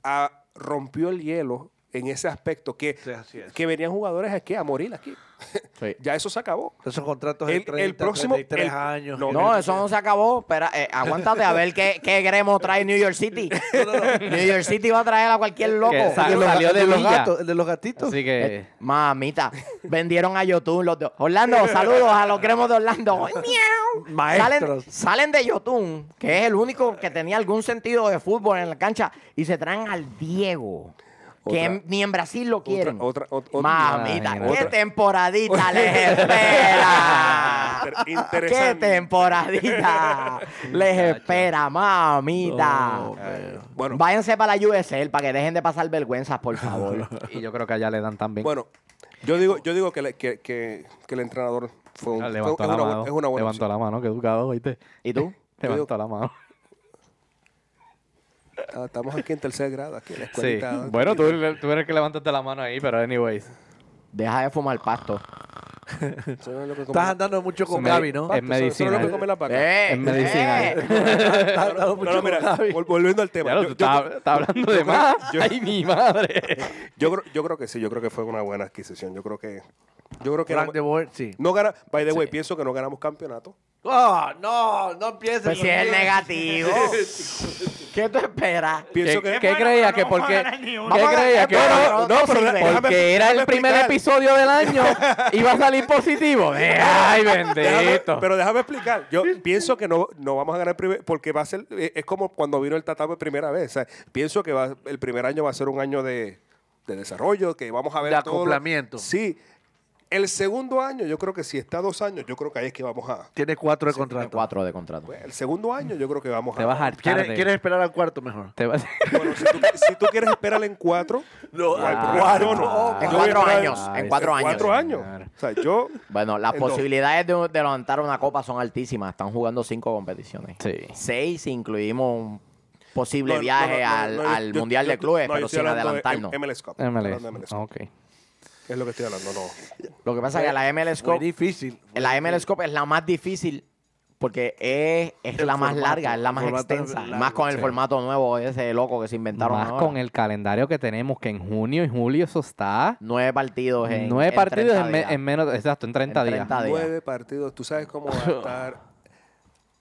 Speaker 5: ah, rompió el hielo en ese aspecto que,
Speaker 2: Sí, así es.
Speaker 5: que venían jugadores aquí a morir aquí.
Speaker 1: Sí.
Speaker 5: ya eso se acabó.
Speaker 2: Esos contratos de
Speaker 5: El- el
Speaker 2: 30,
Speaker 5: próximo-
Speaker 2: 33
Speaker 5: el-
Speaker 2: años.
Speaker 5: no,
Speaker 1: No, eso no se acabó. Espera, eh, aguántate a ver qué, qué gremo trae New York City. New York City va a traer a cualquier loco.
Speaker 3: Que
Speaker 2: El
Speaker 3: sa-
Speaker 2: de los-
Speaker 3: salió
Speaker 2: el de
Speaker 3: de
Speaker 2: los
Speaker 3: Villa.
Speaker 2: gatos, el de los gatitos.
Speaker 3: Así que
Speaker 1: Eh,
Speaker 5: Eh.
Speaker 1: Mamita, vendieron a Yotun los dos. Orlando, saludos a los gremos de
Speaker 5: <laughs>
Speaker 1: Orlando. ¡Miau! Salen,
Speaker 2: Maestros.
Speaker 1: salen de Yotun, que es el único que tenía algún sentido de fútbol en la cancha, y se traen al Diego.
Speaker 5: Otra-
Speaker 1: Que ni en Brasil lo quieren.
Speaker 5: otra- ot- Ah, ot-
Speaker 1: Mamita,
Speaker 3: Ay,
Speaker 1: ¿qué
Speaker 5: otra. <laughs>
Speaker 1: temporadita les espera?
Speaker 5: Inter-
Speaker 1: ¿Qué
Speaker 5: <laughs> interesante. <laughs>
Speaker 1: temporadita les espera, mamita?
Speaker 2: No, pero-
Speaker 5: Bueno,
Speaker 1: Váyanse para la USL para que dejen de pasar vergüenzas, por
Speaker 5: <laughs>
Speaker 1: favor.
Speaker 3: y yo creo que allá le dan también.
Speaker 5: Bueno, yo digo, yo digo que, la- que, que, que el entrenador fue un,
Speaker 3: Ah,
Speaker 5: fue-
Speaker 3: levantó
Speaker 5: es,
Speaker 3: la
Speaker 5: una,
Speaker 3: mano.
Speaker 5: bu- es una buena
Speaker 3: levantó
Speaker 5: opción.
Speaker 3: la mano, que educado, ¿viste?
Speaker 1: ¿Y
Speaker 3: <laughs>
Speaker 1: tú?
Speaker 5: Yo digo-
Speaker 3: Levantó la mano.
Speaker 5: Ah, Estamos aquí en tercer grado, aquí en la
Speaker 3: Sí.
Speaker 5: escuelita.
Speaker 3: Bueno, tú, tú eres el que levantaste la mano ahí, pero anyways.
Speaker 1: Deja de fumar pasto.
Speaker 5: Eso no es lo que come-
Speaker 2: Estás andando mucho con
Speaker 3: me-
Speaker 2: Gaby, ¿no?
Speaker 3: eh, en
Speaker 5: Eso- eso no es lo que
Speaker 3: medicina.
Speaker 5: come la vaca. <laughs>
Speaker 1: Eh,
Speaker 3: en medicina.
Speaker 2: Estás
Speaker 5: No,
Speaker 2: andando
Speaker 5: no,
Speaker 2: mucho
Speaker 5: no,
Speaker 2: con
Speaker 5: mira,
Speaker 2: Gaby.
Speaker 5: vol- volviendo al tema.
Speaker 3: Ya lo-
Speaker 5: yo,
Speaker 3: tú
Speaker 5: yo-
Speaker 3: estás estás hablando de más. Ay, mi madre.
Speaker 5: yo creo, yo creo que sí, yo creo que fue una buena adquisición. Yo creo que. Yo creo que.
Speaker 2: Frank
Speaker 5: No,
Speaker 2: de Boer, sí.
Speaker 5: no gana, by the way, pienso que no ganamos campeonato.
Speaker 2: Ah, no, no empieces.
Speaker 1: Pues si
Speaker 2: con
Speaker 1: es
Speaker 2: eso.
Speaker 1: negativo.
Speaker 5: <laughs>
Speaker 1: ¿Qué tú esperas?
Speaker 5: Pienso
Speaker 3: ¿Qué,
Speaker 5: que.
Speaker 3: Eh, qué
Speaker 4: bueno,
Speaker 3: creía
Speaker 4: pero
Speaker 3: que
Speaker 4: no
Speaker 3: porque
Speaker 4: vamos a ganar ni uno.
Speaker 3: qué
Speaker 1: Vamos a-
Speaker 3: creía
Speaker 1: es
Speaker 3: que
Speaker 1: bueno,
Speaker 3: porque-
Speaker 1: no,
Speaker 5: no, pero
Speaker 1: sirve.
Speaker 5: déjame-
Speaker 3: porque era el
Speaker 5: déjame
Speaker 3: primer
Speaker 5: explicar.
Speaker 3: episodio del año iba a salir
Speaker 5: <laughs>
Speaker 3: positivo Eh, ay
Speaker 5: Déjame-
Speaker 3: bendito
Speaker 5: pero déjame explicar. Yo pienso que no, no vamos a ganar primer, porque va a ser eh, es como cuando vino el Tata por primera vez. o sea, pienso que va- el primer año va a ser un año de, de desarrollo, que vamos a ver
Speaker 2: De
Speaker 5: todo lo-
Speaker 2: acoplamiento.
Speaker 5: sí. El segundo año, yo creo que si está dos años, yo creo que ahí es que vamos a.
Speaker 2: Tiene cuatro de contrato.
Speaker 1: Cuatro de contrato.
Speaker 5: El segundo año, yo creo que vamos a.
Speaker 3: te vas a hartar
Speaker 2: ¿Quieres,
Speaker 3: de-
Speaker 2: quieres esperar al cuarto mejor?
Speaker 3: te vas-
Speaker 5: Bueno, si, tú, si tú quieres esperar en <laughs> cuatro,
Speaker 2: <laughs> No,
Speaker 5: no hay
Speaker 3: Ah.
Speaker 5: problema. Yo no.
Speaker 3: En
Speaker 1: cuatro
Speaker 5: Yo voy a esperar
Speaker 1: años, en cuatro años.
Speaker 5: cuatro años. O sea, yo.
Speaker 1: Bueno, las
Speaker 5: En dos.
Speaker 1: posibilidades de, de levantar una copa son altísimas. Están jugando cinco competiciones.
Speaker 3: Sí.
Speaker 1: Seis, si incluimos un posible
Speaker 5: no, no,
Speaker 1: viaje
Speaker 5: no, no,
Speaker 1: al,
Speaker 5: no, yo-
Speaker 1: al
Speaker 5: yo-
Speaker 1: Mundial
Speaker 5: yo-
Speaker 1: de Clubes,
Speaker 5: no, yo
Speaker 1: pero
Speaker 5: estoy
Speaker 1: sin
Speaker 5: hablando de
Speaker 1: adelantarnos.
Speaker 5: M- MLS Cup. Estoy
Speaker 3: MLS,
Speaker 5: hablando de MLS Cup.
Speaker 3: ok.
Speaker 5: Es lo que estoy hablando, no.
Speaker 1: Lo que pasa es que
Speaker 5: Eh,
Speaker 1: la MLS
Speaker 2: Muy
Speaker 1: Cup,
Speaker 2: difícil.
Speaker 1: la MLS Cup es la más difícil porque es, es
Speaker 2: El
Speaker 1: la más
Speaker 2: formato,
Speaker 1: larga, es la más
Speaker 2: el formato es
Speaker 1: extensa.
Speaker 2: largo,
Speaker 1: más con el
Speaker 2: sí.
Speaker 1: formato nuevo ese loco que se inventaron
Speaker 3: más
Speaker 1: ahora.
Speaker 3: con el calendario que tenemos que en junio y julio eso está
Speaker 1: Nueve partidos en
Speaker 3: nueve
Speaker 1: en
Speaker 3: partidos
Speaker 1: 30
Speaker 3: en, me-
Speaker 1: días.
Speaker 3: en menos exacto en 30,
Speaker 1: En
Speaker 3: días
Speaker 1: 30 días.
Speaker 5: Nueve partidos. Tú sabes cómo va a
Speaker 2: <laughs>
Speaker 5: estar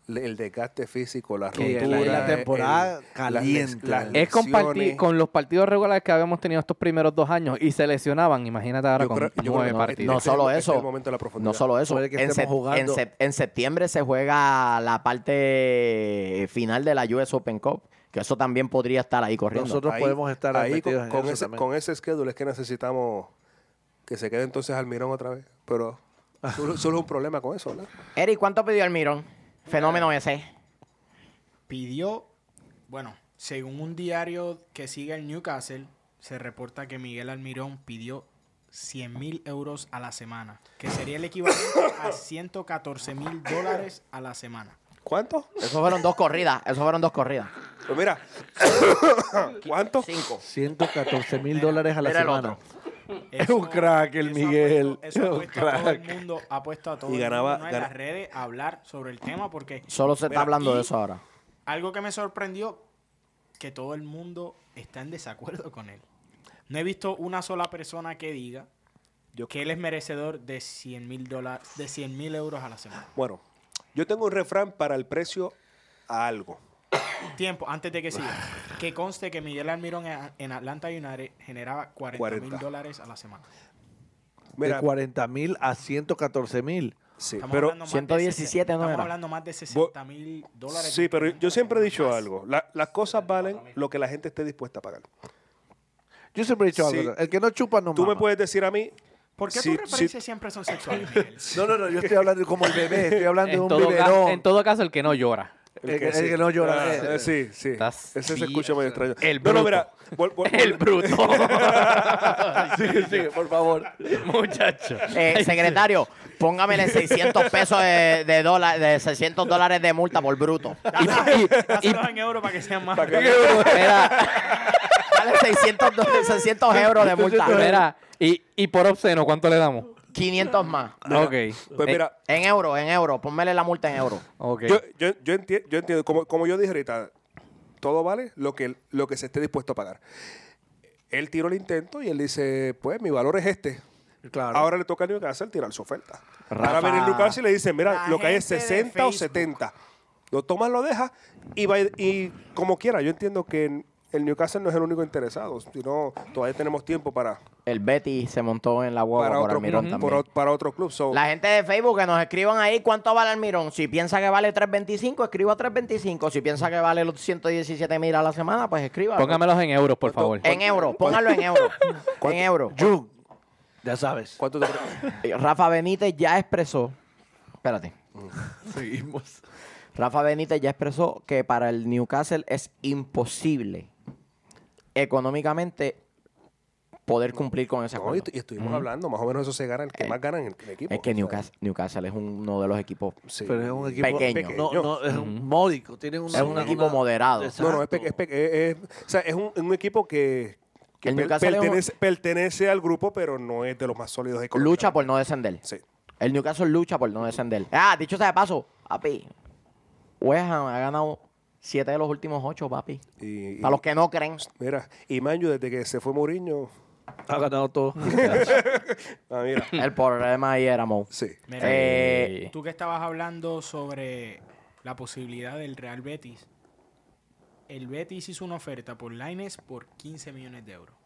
Speaker 5: le- el desgaste físico, la
Speaker 2: Que la-
Speaker 5: ruptura.
Speaker 2: la temporada
Speaker 5: las
Speaker 2: caliente.
Speaker 5: les- las
Speaker 3: es con, parti-
Speaker 5: lesiones.
Speaker 3: con los partidos regulares que habíamos tenido estos primeros dos años y se lesionaban imagínate ahora
Speaker 5: Yo
Speaker 3: con
Speaker 5: creo- yo creo
Speaker 3: nueve
Speaker 5: que-
Speaker 3: partidos
Speaker 1: No
Speaker 5: Este
Speaker 1: solo
Speaker 5: es el- este
Speaker 1: eso.
Speaker 5: es el momento de la profundidad.
Speaker 1: No solo eso.
Speaker 2: Puede que
Speaker 1: en,
Speaker 2: estemos
Speaker 1: sep-
Speaker 2: jugando-
Speaker 1: en sep- en septiembre se juega la parte final de la US Open Cup, que eso también podría estar ahí corriendo.
Speaker 2: Nosotros podemos estar
Speaker 5: ahí
Speaker 2: metidos
Speaker 5: con,
Speaker 2: en
Speaker 5: con
Speaker 2: eso
Speaker 5: ese,
Speaker 2: también.
Speaker 5: con ese schedule es que necesitamos que se quede entonces Almirón otra vez. Pero solo, solo es un problema con eso, ¿verdad?
Speaker 1: Eric, ¿cuánto pidió Almirón? Fenómeno ese.
Speaker 4: pidió, bueno, según un diario que sigue el Newcastle, se reporta que Miguel Almirón pidió 100 mil euros a la semana, que sería el equivalente
Speaker 2: <coughs>
Speaker 4: a 114 mil dólares a la semana.
Speaker 5: ¿Cuánto?
Speaker 1: Eso fueron dos corridas. Eso fueron dos corridas.
Speaker 5: Pues mira, <coughs> ¿cuánto?
Speaker 2: 114 mil dólares <laughs> a la
Speaker 1: Era el
Speaker 2: semana.
Speaker 1: otro.
Speaker 2: Es un crack el
Speaker 4: eso ha
Speaker 2: Miguel,
Speaker 4: puesto- eso
Speaker 2: es
Speaker 4: ha
Speaker 2: un
Speaker 4: puesto a todo el
Speaker 2: crack.
Speaker 4: mundo, ha puesto a todo
Speaker 5: Y
Speaker 4: el
Speaker 5: ganaba-
Speaker 4: mundo en
Speaker 5: gana-
Speaker 4: las redes a hablar sobre el tema porque
Speaker 1: Solo se está
Speaker 4: Mira,
Speaker 1: hablando de
Speaker 4: y-
Speaker 1: eso
Speaker 2: <laughs>
Speaker 1: ahora.
Speaker 4: algo que me sorprendió, que todo el mundo está en desacuerdo con él. No he visto una sola persona que diga
Speaker 5: Yo-
Speaker 4: que él es merecedor de 100 mil dólares, de 100 mil euros a la semana.
Speaker 5: Bueno, yo tengo un refrán para el precio a algo.
Speaker 4: Tiempo, antes de que
Speaker 5: <laughs>
Speaker 4: siga, que conste que Miguel Almirón en- en Atlanta United generaba 40 mil
Speaker 5: 40.
Speaker 4: dólares a la semana.
Speaker 5: Mira,
Speaker 2: de 40 mil a 114 mil.
Speaker 5: sí,
Speaker 4: Estamos
Speaker 5: pero
Speaker 4: hablando más de
Speaker 1: 117 no
Speaker 4: estamos
Speaker 1: era.
Speaker 4: hablando más de 60 mil dólares.
Speaker 5: Sí, pero yo siempre he dicho
Speaker 4: Más.
Speaker 5: algo. La- las cosas valen lo que la gente esté dispuesta a pagar.
Speaker 2: Yo siempre he dicho
Speaker 5: Sí.
Speaker 2: algo. El que no chupa no
Speaker 5: Tú me
Speaker 2: mama.
Speaker 5: puedes decir a mí.
Speaker 4: ¿Por qué
Speaker 5: si- si-
Speaker 4: tus referencias siempre son sexuales,
Speaker 5: <laughs>
Speaker 4: Miguel?
Speaker 2: No, no, no. Yo estoy hablando como el bebé. Estoy hablando de
Speaker 3: en
Speaker 2: un
Speaker 3: todo, ca-
Speaker 2: biberón.
Speaker 3: en todo caso el que no llora
Speaker 5: <laughs>
Speaker 2: El que- el que no llora.
Speaker 5: Ah,
Speaker 2: Eh,
Speaker 5: eh, sí, sí.
Speaker 3: estás
Speaker 5: Ese se
Speaker 3: bien.
Speaker 5: escucha medio extraño.
Speaker 3: El
Speaker 5: no, no,
Speaker 3: bruto.
Speaker 5: mira. vol- vol-
Speaker 3: <laughs> el
Speaker 5: <laughs>
Speaker 3: bruto
Speaker 2: Sigue, sigue, por favor.
Speaker 3: muchacho
Speaker 1: Eh, secretario, póngamele
Speaker 2: <laughs>
Speaker 1: 600 pesos de, de dólar- de 600 dólares de multa por bruto.
Speaker 4: Dáselos en euros para que sean más.
Speaker 3: mira,
Speaker 1: Dale 600, do- 600 euros de multa.
Speaker 3: <laughs> mira, y, y por obsceno cuánto le damos
Speaker 1: 500 más.
Speaker 3: <laughs> ok
Speaker 5: Pues
Speaker 3: Eh,
Speaker 5: mira,
Speaker 1: En euros, en euros. Pónmele la multa en euros.
Speaker 3: ok.
Speaker 5: yo, yo, yo enti- yo entiendo, como, como yo dije ahorita, todo vale lo que, lo que se esté dispuesto a pagar. Él tiró el intento y él dice, pues mi valor es este.
Speaker 2: Claro.
Speaker 5: Ahora le toca a Newcastle tirar su oferta.
Speaker 1: Rafa.
Speaker 5: Ahora viene Newcastle y le dice, mira,
Speaker 4: La
Speaker 5: lo que hay es
Speaker 4: gente de
Speaker 5: 60 o
Speaker 4: Facebook.
Speaker 5: 70. Lo tomas, lo dejas y, va- y como quiera. Yo entiendo que en- el Newcastle no es el único interesado, sino todavía tenemos tiempo para,
Speaker 1: El Betty se montó en la guagua
Speaker 5: para,
Speaker 1: por
Speaker 5: otro,
Speaker 1: Almirón
Speaker 5: club,
Speaker 1: también.
Speaker 5: por o- para otro club. So,
Speaker 1: La gente de Facebook que nos escriban ahí cuánto vale Almirón. Si piensa que vale 325, escriba 325. Si piensa que vale los 117 mil a la semana, pues escriba.
Speaker 3: Póngamelos en euros, por favor.
Speaker 1: En euros, pónganlo en euros. en euros.
Speaker 2: Jun, ya sabes.
Speaker 5: ¿cuánto te
Speaker 1: <laughs>
Speaker 5: pre-
Speaker 1: Rafa Benítez ya expresó. Espérate.
Speaker 2: Seguimos.
Speaker 1: Rafa Benítez ya expresó que para el Newcastle es imposible económicamente poder cumplir con ese
Speaker 5: No,
Speaker 1: acuerdo.
Speaker 5: y, y estuvimos hablando, más o menos eso se gana, el que más gana en el, el equipo.
Speaker 1: Eh, Es que
Speaker 5: O sea,
Speaker 1: Newcastle, Newcastle es uno de los equipos.
Speaker 5: sí.
Speaker 2: Pero es un equipo
Speaker 1: Pequeño.
Speaker 2: No, no, es un módico. Tienen una-
Speaker 1: Es un
Speaker 2: una-
Speaker 1: equipo
Speaker 2: una-
Speaker 1: moderado.
Speaker 5: No, no, es, pe-
Speaker 2: Exacto.
Speaker 5: es pe- es- es- o sea, es un, un equipo que, que
Speaker 1: El
Speaker 5: per-
Speaker 1: Newcastle es un-
Speaker 5: pertenece, pertenece al grupo, pero no es de los más sólidos económicamente.
Speaker 1: Lucha por no descender.
Speaker 5: Sí.
Speaker 1: El Newcastle lucha por no descender. Ah, dicho sea de paso, papi. West Ham ha ganado siete de los últimos ocho, papi.
Speaker 5: Y, y-
Speaker 1: Para los que no creen.
Speaker 5: Mira, y Manju, desde que se fue Mourinho,
Speaker 2: Ha ganado todo.
Speaker 5: <laughs> Ah, mira.
Speaker 1: El problema ahí era Mo.
Speaker 5: Sí.
Speaker 4: Mira,
Speaker 1: Eh,
Speaker 4: tú que estabas hablando sobre la posibilidad del Real Betis, el Betis hizo una oferta por Lines por 15 millones de euros.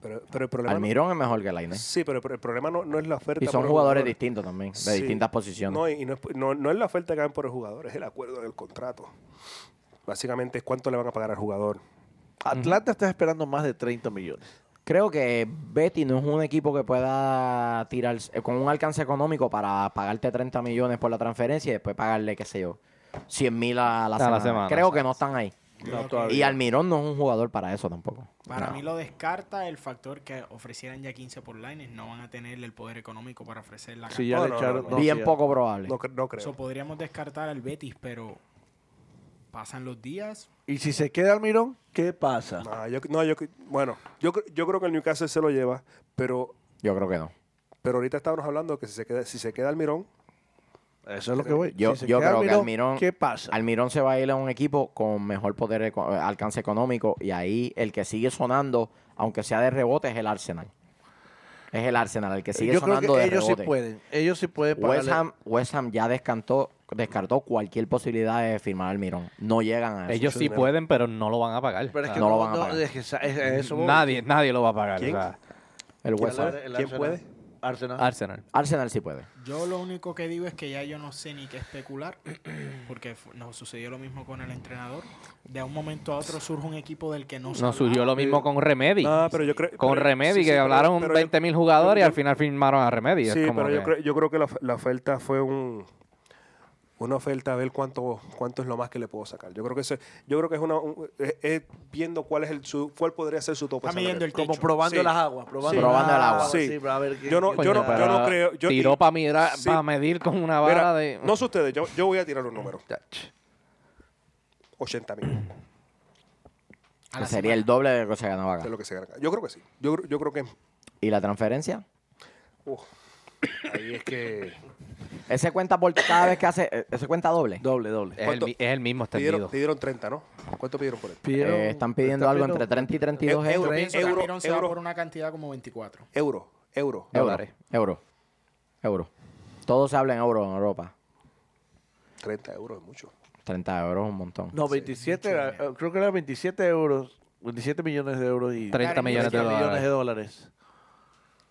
Speaker 5: Pero, pero el problema. no-
Speaker 1: Almirón es mejor que
Speaker 3: eh.
Speaker 1: Lainez.
Speaker 5: sí, pero, pero el problema no, no es la oferta.
Speaker 1: Y son
Speaker 5: por el
Speaker 1: jugadores
Speaker 5: jugador.
Speaker 1: distintos también, de
Speaker 5: Sí.
Speaker 1: distintas posiciones.
Speaker 5: No, y no es, no- no es la oferta que hagan por el jugador, es el acuerdo del contrato. Básicamente es cuánto le van a pagar al jugador.
Speaker 2: Atlanta está esperando más de 30 millones.
Speaker 1: Creo que Betty no es un equipo que pueda tirar eh, con un alcance económico para pagarte 30 millones por la transferencia y después pagarle, qué sé yo, 100 mil a la
Speaker 3: A la
Speaker 1: semana.
Speaker 3: semana,
Speaker 1: Creo que
Speaker 3: exacto.
Speaker 1: no están ahí.
Speaker 2: No,
Speaker 4: Yo-
Speaker 2: todavía.
Speaker 1: Y Almirón no es un jugador para eso tampoco.
Speaker 4: Para
Speaker 1: No.
Speaker 4: mí lo descarta el factor que ofrecieran ya 15 por Lines, no van a tener el poder económico para ofrecer la cantidad.
Speaker 2: Si ya
Speaker 5: No,
Speaker 2: le
Speaker 5: no,
Speaker 2: echaron.
Speaker 5: no,
Speaker 2: no,
Speaker 1: Bien
Speaker 2: si ya-
Speaker 1: poco probable.
Speaker 5: No, cre- no creo.
Speaker 4: So, podríamos descartar al Betis, pero pasan los días.
Speaker 2: Y si se queda Almirón, ¿qué pasa?
Speaker 5: No, yo, no, yo- bueno, yo, cre- yo creo que el Newcastle se lo lleva, pero,
Speaker 1: Yo creo que no.
Speaker 5: pero ahorita estábamos hablando que si se queda, si se queda Almirón,
Speaker 2: Eso es lo que voy.
Speaker 1: Yo-
Speaker 2: Si se
Speaker 1: yo
Speaker 2: queda
Speaker 1: creo que Almirón-
Speaker 2: ¿Qué pasa?
Speaker 1: Almirón se va a ir a un equipo con mejor poder eco- alcance económico y ahí el que sigue sonando, aunque sea de rebote, es el Arsenal. Es el Arsenal el que sigue
Speaker 2: yo creo
Speaker 1: sonando
Speaker 2: que
Speaker 1: de
Speaker 2: ellos sí
Speaker 1: rebote.
Speaker 2: pueden. Ellos sí pueden
Speaker 1: West
Speaker 2: pagarle-
Speaker 1: Ham, West Ham ya descartó, descartó cualquier posibilidad de firmar al Mirón. No llegan a eso.
Speaker 3: Ellos sí pueden, pero no lo van a pagar.
Speaker 2: Pero es
Speaker 3: O
Speaker 2: que
Speaker 1: no
Speaker 3: sea,
Speaker 2: no,
Speaker 1: lo van a
Speaker 2: no,
Speaker 1: pagar.
Speaker 2: es que esa- es- es eso voy.
Speaker 3: nadie, nadie lo va a pagar.
Speaker 5: ¿Quién?
Speaker 3: o
Speaker 5: Ah.
Speaker 3: sea,
Speaker 1: el
Speaker 2: ¿Quién
Speaker 1: West Ham.
Speaker 2: puede?
Speaker 5: ¿Quién puede?
Speaker 2: Arsenal.
Speaker 3: Arsenal.
Speaker 1: Arsenal sí puede.
Speaker 4: Yo lo único que digo es que ya yo no sé ni qué especular, porque fu- nos sucedió lo mismo con el entrenador. De un momento a otro surge un equipo del que no se
Speaker 3: Nos subió
Speaker 4: hablaba.
Speaker 3: lo mismo con Remedy.
Speaker 5: No, Ah, pero yo creo-
Speaker 3: Con
Speaker 5: pero-
Speaker 3: Remedy,
Speaker 5: sí,
Speaker 3: que
Speaker 5: sí, pero-
Speaker 3: hablaron
Speaker 5: pero yo-
Speaker 3: 20 mil jugadores y
Speaker 5: yo-
Speaker 3: al final firmaron a Remedy. Es
Speaker 5: Sí,
Speaker 3: como
Speaker 5: pero yo,
Speaker 3: que-
Speaker 5: creo, yo creo que la, of- la oferta fue un una oferta a ver cuánto cuánto es lo más que le puedo sacar. Yo creo que eso, yo creo que es una un- es, es viendo cuál es el su, cuál podría ser su tope.
Speaker 4: Está midiendo
Speaker 5: salarial.
Speaker 4: el
Speaker 2: Como
Speaker 4: techo.
Speaker 2: probando
Speaker 5: Sí.
Speaker 2: las aguas. Probando,
Speaker 5: Sí.
Speaker 1: Probando el agua.
Speaker 5: Sí.
Speaker 2: pero a ver qué-
Speaker 5: Yo no-
Speaker 2: qué
Speaker 3: Coño,
Speaker 2: tal.
Speaker 3: pero
Speaker 5: yo no creo- yo-
Speaker 3: tiró
Speaker 5: y-
Speaker 3: para mirar,
Speaker 5: sí.
Speaker 3: para medir con una
Speaker 5: Mira,
Speaker 3: vara de.
Speaker 5: No sé ustedes, yo, yo voy a tirar un número.
Speaker 3: Chach.
Speaker 5: 80 mil
Speaker 4: A
Speaker 1: Que
Speaker 4: la
Speaker 1: sería el
Speaker 4: semana.
Speaker 1: doble de lo que se ganaba acá.
Speaker 5: de lo que se gana. acá. Yo creo que sí. Yo, creo- yo creo que
Speaker 1: ¿Y la transferencia?
Speaker 5: uf, ahí es que
Speaker 1: Ese cuenta por cada vez que hace. eh, Ese cuenta doble.
Speaker 2: Doble, doble.
Speaker 3: Es el,
Speaker 5: ¿Cuánto?
Speaker 3: mi- es el mismo
Speaker 5: pidieron,
Speaker 3: extendido.
Speaker 5: pidieron 30, ¿no? ¿Cuánto pidieron por él?
Speaker 2: Pidieron-
Speaker 1: Eh, están pidiendo
Speaker 2: están
Speaker 1: algo
Speaker 2: pidiendo-
Speaker 1: entre 30 y 32
Speaker 5: Eu-
Speaker 1: euros.
Speaker 4: Yo
Speaker 5: e-, Euro,
Speaker 4: pienso que
Speaker 5: euro,
Speaker 4: Almirón se va
Speaker 5: euro.
Speaker 4: por una cantidad como 24.
Speaker 5: Euro, euro.
Speaker 1: Euro,
Speaker 3: dólares.
Speaker 1: Euro. Euro. Todo se habla en euro en Europa.
Speaker 5: 30 euros es mucho.
Speaker 1: 30 euros es un montón.
Speaker 2: No, 27, era- creo que era 27 euros, 27 millones de euros y
Speaker 3: 30
Speaker 4: Claro,
Speaker 3: millones de
Speaker 2: 30 millones de
Speaker 3: dólares.
Speaker 2: dólares.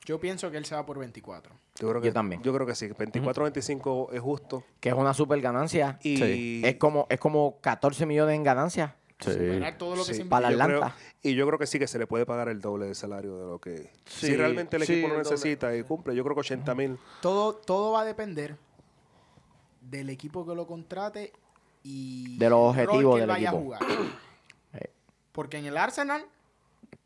Speaker 4: Yo pienso que él se va por 24.
Speaker 5: Yo creo que
Speaker 1: Yo también.
Speaker 5: Yo creo que sí. 24, 25 es justo.
Speaker 1: Que es una super ganancia.
Speaker 5: Y
Speaker 3: Sí.
Speaker 1: Es como, es como 14 millones en ganancias.
Speaker 4: Superar todo lo que
Speaker 5: Sí.
Speaker 4: se
Speaker 1: Para
Speaker 4: invirtió.
Speaker 1: la
Speaker 5: Yo creo-
Speaker 1: Atlanta.
Speaker 5: y yo creo que sí que se le puede pagar el doble de salario de lo que...
Speaker 2: Sí,
Speaker 5: si realmente el
Speaker 2: sí,
Speaker 5: equipo
Speaker 2: el
Speaker 5: lo
Speaker 2: doble.
Speaker 5: necesita y cumple, yo creo que 80 mil...
Speaker 4: Todo, todo va a depender del equipo que lo contrate y
Speaker 1: De los
Speaker 4: el rol
Speaker 1: objetivos
Speaker 4: que él
Speaker 1: del
Speaker 4: vaya a
Speaker 1: equipo.
Speaker 4: jugar.
Speaker 1: Eh.
Speaker 4: Porque en el Arsenal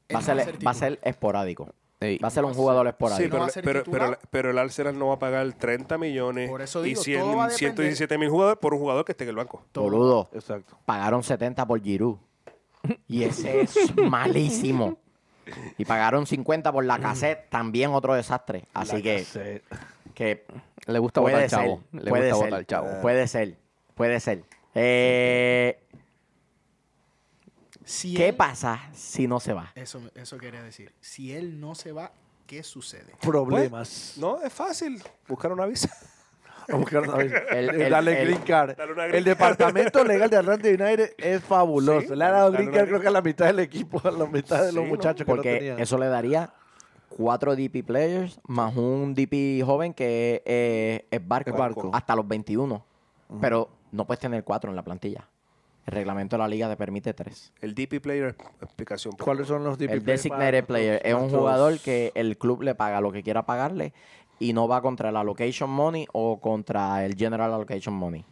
Speaker 4: él
Speaker 1: Va a,
Speaker 4: no
Speaker 1: ser, va a
Speaker 4: titular.
Speaker 1: ser esporádico.
Speaker 3: Sí.
Speaker 1: Va a ser un jugador
Speaker 5: Sí,
Speaker 1: esporádico.
Speaker 5: pero,
Speaker 4: va a ser
Speaker 5: pero,
Speaker 4: titular.
Speaker 5: pero- pero el Arsenal no va a pagar 30 millones
Speaker 4: Por eso
Speaker 5: y
Speaker 4: digo, todo va a depender.
Speaker 5: 117 mil jugadores por un jugador que esté en el banco.
Speaker 1: Boludo.
Speaker 2: Exacto.
Speaker 1: Pagaron 70 por
Speaker 5: <laughs>
Speaker 1: Giroud. Y ese es malísimo. Y pagaron 50 por
Speaker 5: <clears throat>
Speaker 1: la cassette, también otro desastre. Así que, que
Speaker 3: Le gusta votar
Speaker 1: puede
Speaker 3: al
Speaker 1: ser.
Speaker 3: chavo.
Speaker 1: Puede
Speaker 3: Le gusta
Speaker 1: ser, Ah.
Speaker 3: votar al chavo.
Speaker 5: Ah,
Speaker 1: puede ser. Puede ser. Eh,
Speaker 4: Si
Speaker 1: ¿Qué
Speaker 4: él-
Speaker 1: pasa si no se va?
Speaker 4: Eso, eso quería decir. Si él no se va, ¿qué sucede?
Speaker 2: Problemas. <laughs>
Speaker 5: No, es fácil. Buscar una visa. <laughs>
Speaker 2: A buscar otra vez. Eh,
Speaker 1: El- el-
Speaker 2: Dale
Speaker 1: el-
Speaker 2: green card.
Speaker 5: Dale una green
Speaker 2: El departamento legal de Atlanta United es fabuloso.
Speaker 5: Sí,
Speaker 2: Le ha dado
Speaker 5: dale
Speaker 2: green
Speaker 5: una
Speaker 2: card
Speaker 5: green-
Speaker 2: creo que a la mitad del equipo, a la mitad de los
Speaker 5: Sí, ¿no?
Speaker 2: muchachos que no
Speaker 1: Porque
Speaker 2: tenían.
Speaker 1: eso le daría cuatro DP players más un DP joven que eh, es barco,
Speaker 5: Es Barco.
Speaker 1: hasta los 21. Pero no puedes tener cuatro en la plantilla. El reglamento de la liga te permite tres.
Speaker 5: El DP player, explicación. por
Speaker 2: ¿Cuáles
Speaker 5: favor.
Speaker 2: son los DP
Speaker 1: el
Speaker 2: players
Speaker 1: designated
Speaker 2: para
Speaker 1: player
Speaker 2: nuestros-
Speaker 1: es un
Speaker 2: nuestros-
Speaker 1: jugador que el club le paga lo que quiera pagarle y no va contra el allocation money o contra el general allocation money.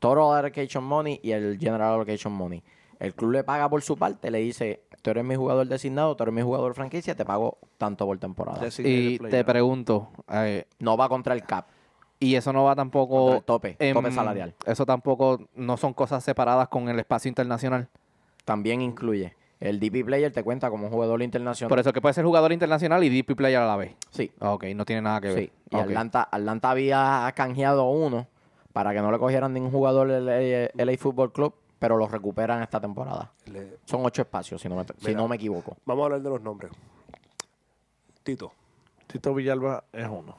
Speaker 1: Total allocation money y el general allocation money. El club le paga por su parte, le dice, tú eres mi jugador designado, tú eres mi jugador franquicia, te pago tanto por temporada.
Speaker 2: designated
Speaker 3: Y
Speaker 2: player.
Speaker 3: te pregunto, eh,
Speaker 1: No va contra el cap.
Speaker 3: y eso no va tampoco.
Speaker 1: Contra el tope, tope salarial.
Speaker 3: Eso tampoco, no son cosas separadas con el espacio internacional.
Speaker 1: También incluye. El DP player te cuenta como jugador internacional.
Speaker 3: Por eso que puede ser jugador internacional y DP player a la vez.
Speaker 1: sí.
Speaker 3: Ah, Ok, no tiene nada que ver.
Speaker 1: Sí, y
Speaker 3: Ok.
Speaker 1: Atlanta, Atlanta había canjeado uno para que no le cogieran ningún jugador del LA, Football Club pero los recuperan esta temporada.
Speaker 5: Le-
Speaker 1: Son ocho espacios, si no me, si
Speaker 5: Mira.
Speaker 1: no me equivoco.
Speaker 5: Vamos a hablar de los nombres. Tito.
Speaker 2: Tito Villalba es uno.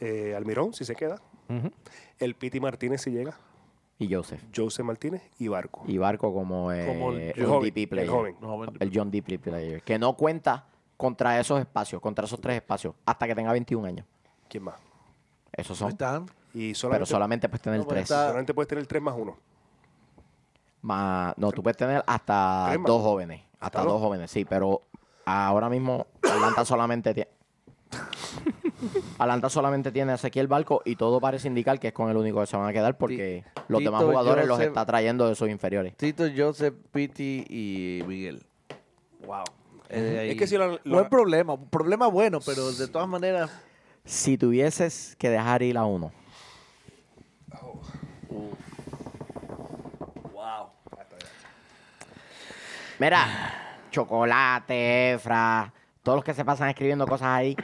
Speaker 5: eh, Almirón, si se queda.
Speaker 3: Ujú.
Speaker 5: El Piti Martínez, si llega.
Speaker 1: Y Joseph.
Speaker 5: Jose Martínez y Barco.
Speaker 1: Y Barco como, eh,
Speaker 2: Como el
Speaker 1: un
Speaker 5: el joven,
Speaker 1: DP
Speaker 5: el
Speaker 1: player.
Speaker 5: joven.
Speaker 2: No, hombre,
Speaker 1: El John DP player. Que no cuenta contra esos espacios, contra esos tres espacios, hasta que tenga 21 años.
Speaker 5: ¿Quién más?
Speaker 1: Esos
Speaker 2: no
Speaker 1: son.
Speaker 2: están.
Speaker 5: Y
Speaker 1: Pero
Speaker 5: solamente,
Speaker 1: solamente puedes tener
Speaker 2: No, pues
Speaker 1: tres.
Speaker 2: está-
Speaker 5: solamente puedes tener 3 más 1.
Speaker 1: Más- no, tú puedes tener hasta
Speaker 5: Tres más.
Speaker 1: dos jóvenes. Hasta
Speaker 5: Hasta dos.
Speaker 1: dos jóvenes, sí, pero ahora mismo Atlanta solamente tiene. <laughs> Atlanta solamente tiene a Ezequiel Barco y todo parece indicar que es con el único que se van a quedar porque los
Speaker 2: Tito,
Speaker 1: demás jugadores los
Speaker 2: Joseph-
Speaker 1: está trayendo de sus inferiores.
Speaker 2: Tito, Joseph, Pitti y Miguel. Wow.
Speaker 5: Es que si lo- lo-
Speaker 2: Buen problema, un problema bueno, pero de todas maneras.
Speaker 1: Si tuvieses que dejar ir a uno,
Speaker 2: Oh. Wow.
Speaker 1: Mira, chocolate, Efra, todos los que se pasan escribiendo cosas
Speaker 2: <clears throat>
Speaker 1: ahí,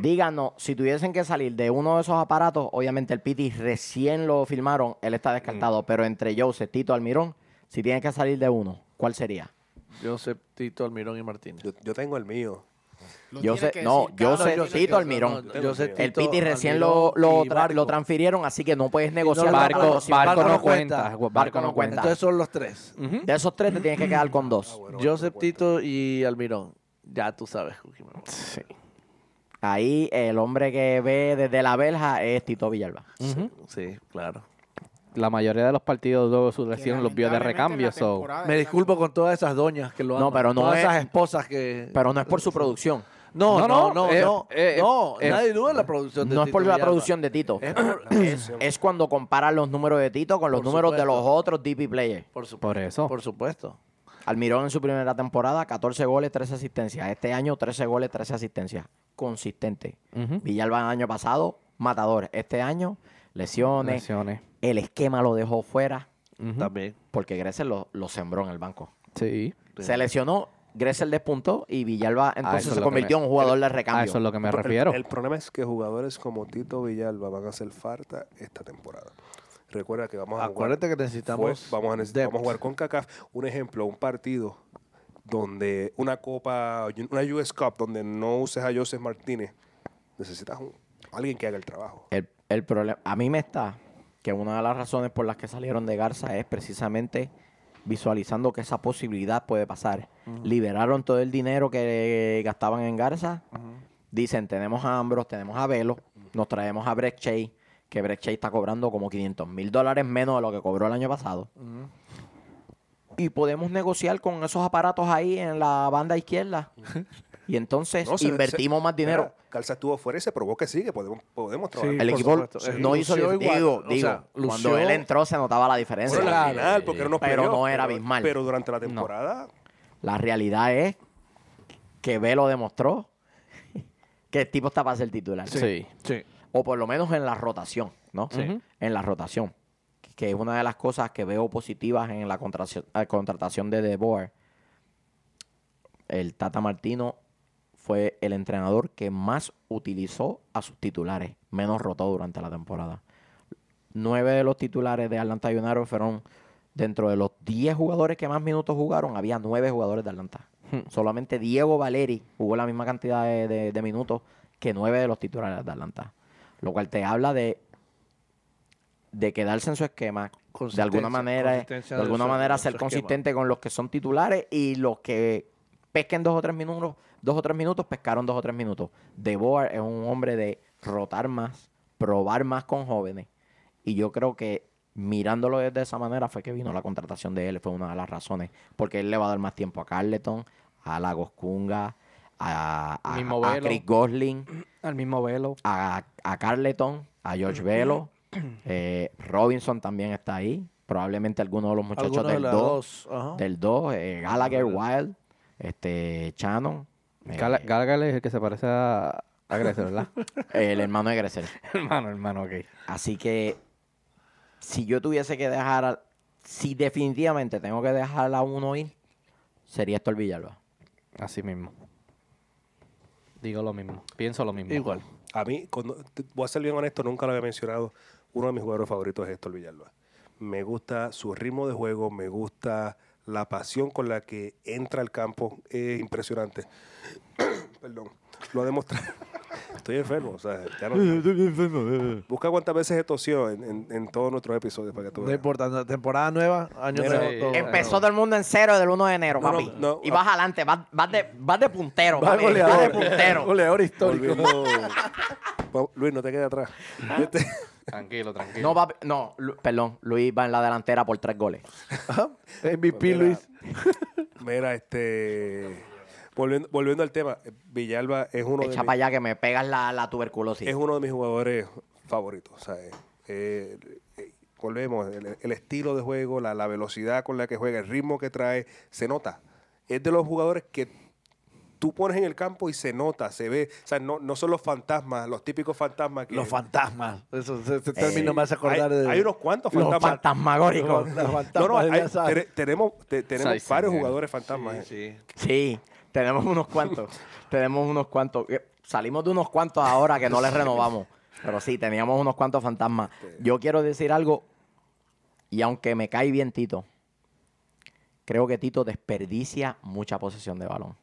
Speaker 1: díganos, si tuviesen que salir de uno de esos aparatos, obviamente el Piti recién lo filmaron, él está
Speaker 2: Mm.
Speaker 1: descartado, pero entre Joseph, Tito, Almirón, si tienes que salir de uno, ¿cuál sería?
Speaker 2: Joseph, Tito, Almirón y Martínez.
Speaker 5: Yo, yo tengo el mío.
Speaker 4: Lo
Speaker 1: Yo
Speaker 4: tiene
Speaker 1: sé-
Speaker 4: que
Speaker 1: Ah, no,
Speaker 4: decir
Speaker 1: yo
Speaker 4: cada
Speaker 1: sé-
Speaker 4: uno.
Speaker 1: Joseph, Tito, Almirón.
Speaker 2: Joseph,
Speaker 1: El
Speaker 2: Tito,
Speaker 1: Piti recién lo,
Speaker 2: Almirón
Speaker 1: lo,
Speaker 2: y
Speaker 1: tra- lo
Speaker 2: Barco.
Speaker 1: transfirieron, así que no puedes negociar.
Speaker 2: no,
Speaker 1: la
Speaker 2: Barco-
Speaker 1: promoción.
Speaker 2: Barco no
Speaker 3: Barco,
Speaker 2: cuenta.
Speaker 3: no cuenta.
Speaker 2: Entonces son los tres.
Speaker 3: Ujú.
Speaker 1: De esos tres te tienes que quedar con dos.
Speaker 2: Joseph, Tito y Almirón. Ya tú sabes, Cookie Monster.
Speaker 3: Sí.
Speaker 1: Ahí el hombre que ve desde la verja es Tito Villalba.
Speaker 3: Ujú.
Speaker 2: Sí, claro.
Speaker 3: La mayoría de los partidos de su
Speaker 4: Que
Speaker 3: lesión los vio de
Speaker 4: lamentablemente
Speaker 3: recambio.
Speaker 4: en la
Speaker 3: So.
Speaker 1: Ah,
Speaker 4: temporada
Speaker 2: Me
Speaker 4: está-
Speaker 2: disculpo con todas esas doñas que lo
Speaker 1: No,
Speaker 2: aman.
Speaker 1: pero no
Speaker 2: todas
Speaker 1: es-
Speaker 2: esas esposas que...
Speaker 1: Pero no es por su producción.
Speaker 2: No,
Speaker 3: No, no,
Speaker 2: no, no, no.
Speaker 3: eh,
Speaker 2: no,
Speaker 3: eh, eh,
Speaker 2: nadie duda de la producción de
Speaker 1: No es
Speaker 2: Tito
Speaker 1: por la
Speaker 2: Villalba. Eh,
Speaker 1: producción de Tito.
Speaker 2: Es por,
Speaker 1: Es cuando comparan los números de Tito con los
Speaker 2: Por
Speaker 1: números de los
Speaker 2: supuesto.
Speaker 1: otros DP players.
Speaker 2: por supuesto.
Speaker 3: Por eso.
Speaker 2: Por supuesto.
Speaker 1: Almirón en su primera temporada, 14 goles, 13 asistencias. Este año, 13 goles, 13 asistencias. Consistente.
Speaker 3: Ujú.
Speaker 1: Villalba el año pasado, matador. Este año, lesiones.
Speaker 3: Lesiones.
Speaker 1: El esquema lo dejó fuera
Speaker 3: Ujú.
Speaker 2: También.
Speaker 1: porque Gressel lo, lo sembró en el banco.
Speaker 3: Sí.
Speaker 2: Sí.
Speaker 1: Se lesionó, Gressel despuntó y Villalba entonces
Speaker 3: eso es
Speaker 1: se
Speaker 3: lo que
Speaker 1: convirtió en
Speaker 3: me-
Speaker 1: un jugador de
Speaker 3: A
Speaker 1: recambio.
Speaker 3: eso es lo que me
Speaker 5: Pero el-
Speaker 3: refiero.
Speaker 5: El, problema es que jugadores como Tito Villalba van a hacer falta esta temporada. Recuerda que vamos a jugar.
Speaker 2: Acuérdate que necesitamos...
Speaker 5: fue- vamos, a, neces-
Speaker 2: depth.
Speaker 5: vamos a jugar con CACAF. Un ejemplo, un partido donde una copa, una US Cup donde no uses a Joseph Martínez, necesitas un- alguien que haga el trabajo.
Speaker 1: El, el problema, a mí me está que una de las razones por las que salieron de Garza es precisamente visualizando que esa posibilidad puede pasar. Liberaron todo el dinero que gastaban en Garza. Dicen, tenemos a Ambros, tenemos a Velo, nos traemos a Breck Shea, que Breck Shea está cobrando como 500 mil dólares menos de lo que cobró el año pasado. Y podemos negociar con esos aparatos ahí en la banda izquierda. y entonces
Speaker 5: No, se-
Speaker 1: invertimos
Speaker 5: se-
Speaker 1: más dinero.
Speaker 5: Mira, Calza estuvo fuera y se probó que sigue, podemos, podemos trabajar.
Speaker 1: El
Speaker 2: por
Speaker 1: equipo
Speaker 2: supuesto. Sí,
Speaker 1: no hizo
Speaker 2: lució
Speaker 1: diferencia.
Speaker 2: igual,
Speaker 1: Digo,
Speaker 2: o
Speaker 1: digo,
Speaker 2: sea,
Speaker 1: cuando
Speaker 2: lució-
Speaker 1: él entró se notaba la diferencia.
Speaker 5: Bueno, la final, porque era unos
Speaker 1: pero
Speaker 5: playoffs,
Speaker 1: no era
Speaker 5: pero-
Speaker 1: abismal.
Speaker 5: Pero durante la temporada,
Speaker 1: La realidad es que Velo demostró <laughs> que el tipo está para ser titular.
Speaker 3: Sí.
Speaker 2: Sí.
Speaker 1: O por lo menos en la rotación, ¿no?
Speaker 3: Sí.
Speaker 1: En la rotación. Que es una de las cosas que veo positivas en la contratación, eh, contratación de De Boer. El Tata Martino fue el entrenador que más utilizó a sus titulares, menos rotó durante la temporada. Nueve de los titulares de Atlanta United fueron dentro de los diez jugadores que más minutos jugaron, había nueve jugadores de Atlanta.
Speaker 2: Hmm.
Speaker 1: Solamente Diego Valeri jugó la misma cantidad de, de- de minutos que nueve de los titulares de Atlanta. Lo cual te habla de, de quedarse en su esquema, de alguna
Speaker 2: Consistencia,
Speaker 1: manera, de
Speaker 2: consistencia de
Speaker 1: alguna
Speaker 2: su-
Speaker 1: manera
Speaker 2: de su
Speaker 1: ser
Speaker 2: esquema.
Speaker 1: consistente con los que son titulares y los que pesquen dos o tres minutos, dos o tres minutos, pescaron dos o tres minutos. De Boer es un hombre de rotar más, probar más con jóvenes. Y yo creo que mirándolo desde esa manera fue que vino la contratación de él, fue una de las razones. Porque él le va a dar más tiempo a Carleton, a Lagos Kunga, a, a-
Speaker 3: Mismo
Speaker 1: a
Speaker 3: Velo.
Speaker 1: Chris Gosling,
Speaker 3: Al mismo velo.
Speaker 1: a, a Carleton, a George Velo. eh, Robinson también está ahí. Probablemente alguno de los muchachos
Speaker 2: Algunos de
Speaker 1: del
Speaker 2: las
Speaker 1: 2,
Speaker 2: dos. ajá.
Speaker 1: del 2, Gallagher, Wild, este, Shannon, eh,
Speaker 3: Gálgale es el que se parece a, a Gressel,
Speaker 5: <laughs>
Speaker 3: ¿verdad?
Speaker 1: eh, el hermano de Gressel.
Speaker 3: hermano, hermano, ok.
Speaker 1: Así que si yo tuviese que dejar, a- si definitivamente tengo que dejar a uno ir, sería esto el Villalba.
Speaker 3: Así mismo. Digo lo mismo. Pienso lo mismo.
Speaker 2: Igual.
Speaker 5: a mí, cuando- te- voy a ser bien honesto, nunca lo había mencionado. Uno de mis jugadores favoritos es Héctor Villalba. me gusta su ritmo de juego, me gusta la pasión con la que entra al campo, es impresionante. <coughs> Perdón, lo ha demostrado. <laughs> Estoy enfermo, o sea,
Speaker 1: <laughs>
Speaker 5: ya no. Busca cuántas veces he tosido en, en- en todos nuestros episodios para que tú
Speaker 2: No
Speaker 5: veas.
Speaker 2: importa, no- temporada nueva, año
Speaker 5: Mira,
Speaker 2: nuevo.
Speaker 3: eh,
Speaker 2: todo.
Speaker 1: Empezó todo el mundo en cero del 1 de enero,
Speaker 5: No, no,
Speaker 1: papi.
Speaker 5: no,
Speaker 1: y
Speaker 5: ah.
Speaker 1: vas adelante, vas, vas de, vas de puntero,
Speaker 5: Va
Speaker 1: papi, vas de puntero.
Speaker 2: Goleador histórico.
Speaker 5: <laughs> Volviendo- Luis, no te quedes atrás.
Speaker 1: Ah.
Speaker 5: Este-
Speaker 3: Tranquilo, tranquilo.
Speaker 1: No, papi, no, Lu- perdón, Luis va en la delantera por tres goles.
Speaker 2: Ajá, MVP
Speaker 5: Mira,
Speaker 2: Luis.
Speaker 5: <laughs> Mira, este. Volviendo, volviendo al tema, Villalba es uno, de
Speaker 1: Echa
Speaker 5: mis,
Speaker 1: para allá que me pegas la, la tuberculosis.
Speaker 5: es uno de mis jugadores favoritos. ¿sabes? Eh, eh, volvemos, el, el estilo de juego, la, la velocidad con la que juega, el ritmo que trae, se nota. Es de los jugadores que tú pones en el campo y se nota, se ve. O sea, no, no son los fantasmas, los típicos fantasmas que.
Speaker 2: Los fantasmas. Eso, ese ese
Speaker 5: Sí.
Speaker 2: término me hace acordar
Speaker 5: Eh, hay,
Speaker 2: de.
Speaker 5: hay unos cuantos
Speaker 2: Los
Speaker 5: fantasmas.
Speaker 1: Fantasmagórico.
Speaker 2: Los fantasmas
Speaker 5: No, no,
Speaker 2: de
Speaker 5: hay-
Speaker 2: la sala.
Speaker 5: tere- tenemos, te- tenemos
Speaker 3: Ay,
Speaker 5: varios
Speaker 3: señor.
Speaker 5: jugadores fantasmas. eh.
Speaker 2: Sí, sí.
Speaker 1: Sí, tenemos unos
Speaker 5: <laughs>
Speaker 1: cuantos. tenemos unos cuantos. Eh, Salimos de unos cuantos ahora que no les renovamos. Pero sí, teníamos unos cuantos fantasmas. Yo quiero decir algo, y aunque me cae bien Tito, creo que Tito desperdicia mucha posesión de balón.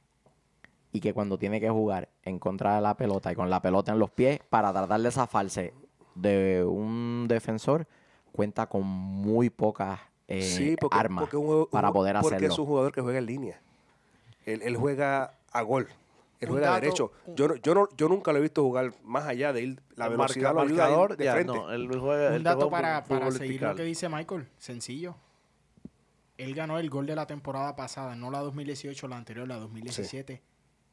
Speaker 1: Y que cuando tiene que jugar en contra de la pelota y con la pelota en los pies para tratar de zafarse de un defensor, cuenta con muy pocas eh,
Speaker 5: Sí, porque,
Speaker 1: armas
Speaker 5: porque es un- un-
Speaker 1: para poder
Speaker 5: Porque
Speaker 1: hacerlo.
Speaker 5: es un jugador que juega en línea. Él, él juega a gol. Él
Speaker 4: Un
Speaker 5: juega
Speaker 4: dato-
Speaker 5: derecho.
Speaker 4: un-
Speaker 5: Yo, no- yo, no, yo nunca lo he visto jugar más allá de él. La
Speaker 2: El
Speaker 5: velocidad
Speaker 2: marca-
Speaker 5: lo ayuda a ir
Speaker 2: marcador,
Speaker 5: de
Speaker 2: ya,
Speaker 5: frente.
Speaker 2: no, él juega- él
Speaker 4: Un dato
Speaker 2: juega
Speaker 4: para,
Speaker 2: fútbol
Speaker 4: para seguir lo
Speaker 2: vertical.
Speaker 4: que dice Michael, sencillo. Él ganó el gol de la temporada pasada, no la 2018, la anterior, la 2017.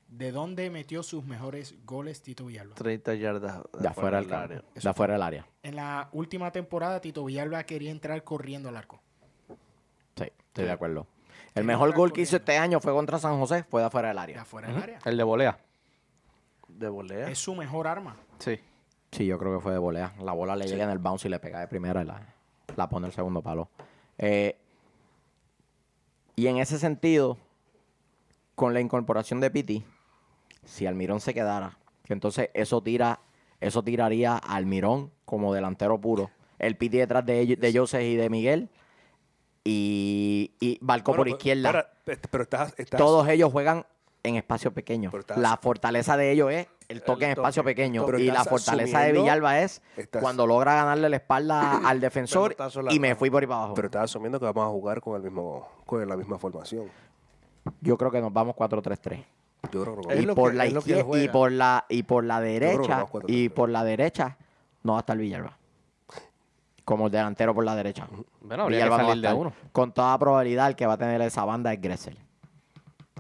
Speaker 4: ¿De dónde metió sus mejores goles Tito Villalba?
Speaker 2: 30 yardas
Speaker 1: de afuera del
Speaker 2: del área.
Speaker 1: campo, de afuera del área.
Speaker 4: En la última temporada, Tito Villalba quería entrar corriendo al arco.
Speaker 1: Sí, estoy de acuerdo. El
Speaker 4: Tiene
Speaker 1: mejor
Speaker 4: otra
Speaker 1: gol que hizo
Speaker 4: corriente.
Speaker 1: este año fue contra San José, fue de afuera del
Speaker 4: De
Speaker 1: área.
Speaker 4: afuera del área.
Speaker 3: El de volea.
Speaker 2: De volea.
Speaker 4: Es su mejor arma.
Speaker 3: Sí.
Speaker 1: Sí, yo creo que fue de volea. La bola le llega en el bounce y le pega de primera y la, la pone el segundo palo. Eh, y en ese sentido, con la incorporación de Piti, si Almirón se quedara, que entonces eso tira, eso tiraría a Almirón como delantero puro. El Piti detrás de, ellos- de Joseph y de Miguel. Y, y Balco
Speaker 5: Bueno,
Speaker 1: por
Speaker 5: pero-
Speaker 1: izquierda.
Speaker 5: ahora, este, pero estás, estás-
Speaker 1: Todos ellos juegan en espacio pequeño.
Speaker 5: Pero estás-
Speaker 1: La fortaleza de ellos es el toque
Speaker 2: El
Speaker 1: en espacio
Speaker 2: toque.
Speaker 1: pequeño.
Speaker 5: Pero
Speaker 1: y la
Speaker 5: estás
Speaker 1: fortaleza de
Speaker 5: asumiendo-
Speaker 1: Villalba es
Speaker 5: estás-
Speaker 1: cuando logra ganarle la espalda
Speaker 5: <clears throat>
Speaker 1: al defensor
Speaker 2: Pelotazo largo.
Speaker 1: y me fui por ahí para abajo.
Speaker 5: Pero estás asumiendo que vamos a jugar con, el mismo, con la misma formación.
Speaker 1: Yo creo que nos vamos 4-3-3.
Speaker 5: Yo creo que
Speaker 2: Es
Speaker 1: Y
Speaker 2: lo
Speaker 1: por
Speaker 2: que-
Speaker 1: la
Speaker 2: es lo que
Speaker 1: izquier-
Speaker 2: juega.
Speaker 1: y por la y por la
Speaker 5: creo que
Speaker 1: derecha
Speaker 5: vamos 4-3-3.
Speaker 1: y por la derecha no va a estar Villalba. Como el delantero por la derecha.
Speaker 3: Bueno, habría
Speaker 1: Villalba
Speaker 3: que
Speaker 1: no va a
Speaker 3: salir de
Speaker 1: estar.
Speaker 3: uno.
Speaker 1: Con toda probabilidad el que va a tener esa banda es Gressel.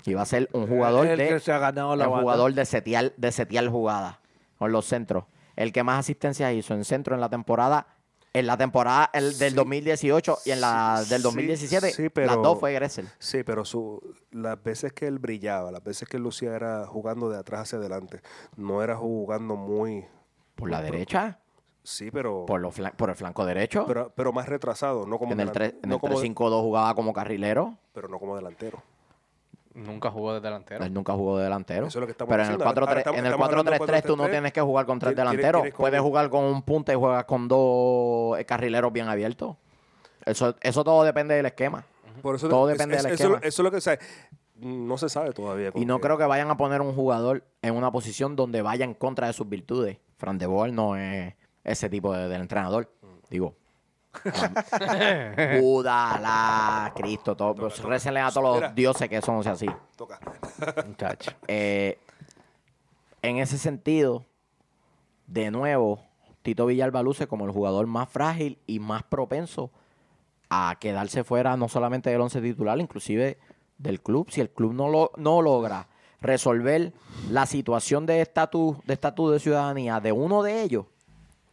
Speaker 1: Y va a ser un jugador
Speaker 2: Es el
Speaker 1: de
Speaker 2: que se ha ganado la
Speaker 1: el
Speaker 2: banda.
Speaker 1: jugador de setear, de setear jugada con los centros. El que más asistencias hizo en centro en la temporada, en la temporada el del
Speaker 5: Sí.
Speaker 1: 2018 y en la
Speaker 5: Sí,
Speaker 1: del
Speaker 5: sí,
Speaker 1: 2017,
Speaker 5: sí, pero-
Speaker 1: las dos fue Gressel.
Speaker 5: Sí, pero su, las veces que él brillaba, las veces que Lucía era jugando de atrás hacia adelante, no era jugando muy.
Speaker 1: Por la derecha,
Speaker 5: Sí, pero.
Speaker 1: por, los flan- por el flanco derecho.
Speaker 5: pero, pero más retrasado, no como,
Speaker 1: en el
Speaker 5: delan-
Speaker 1: tres- en
Speaker 5: no
Speaker 1: el
Speaker 5: como de-
Speaker 1: 3-5-2 jugaba como carrilero.
Speaker 5: pero no como delantero.
Speaker 3: Nunca jugó de delantero.
Speaker 1: Él nunca jugó de delantero.
Speaker 5: Eso es lo que estamos
Speaker 1: pero en el
Speaker 5: diciendo. Ahora
Speaker 1: 4-3
Speaker 5: estamos-
Speaker 1: en el
Speaker 5: estamos hablando de
Speaker 1: 4-3-3 tú no
Speaker 5: 4-3-3.
Speaker 1: tienes que jugar con tres
Speaker 5: Tienes- tienes-
Speaker 1: delanteros.
Speaker 5: tienes como-
Speaker 1: Puedes jugar con un punta y juegas con dos eh, carrileros bien abiertos. Eso, eso todo depende del esquema.
Speaker 5: Por eso
Speaker 1: Todo
Speaker 5: es-
Speaker 1: depende
Speaker 5: es-
Speaker 1: del
Speaker 5: eso,
Speaker 1: esquema.
Speaker 5: es lo- eso es lo que o sea, no se sabe todavía.
Speaker 1: Y no creo que vayan a poner un jugador en una posición donde vaya en contra de sus virtudes. Fran de Boer no es ese tipo de, del entrenador. Digo. Buda, la, Cristo, todo. Pues, récenle a todos
Speaker 5: Mira.
Speaker 1: los dioses que eso no sea así. <laughs>
Speaker 5: Toca.
Speaker 3: Muchacho.
Speaker 1: Eh, en ese sentido, de nuevo, Tito Villalba luce como el jugador más frágil y más propenso a quedarse fuera no solamente del once titular, inclusive del club. Si el club no, lo, no logra resolver la situación de estatus de, estatus de ciudadanía de uno de ellos,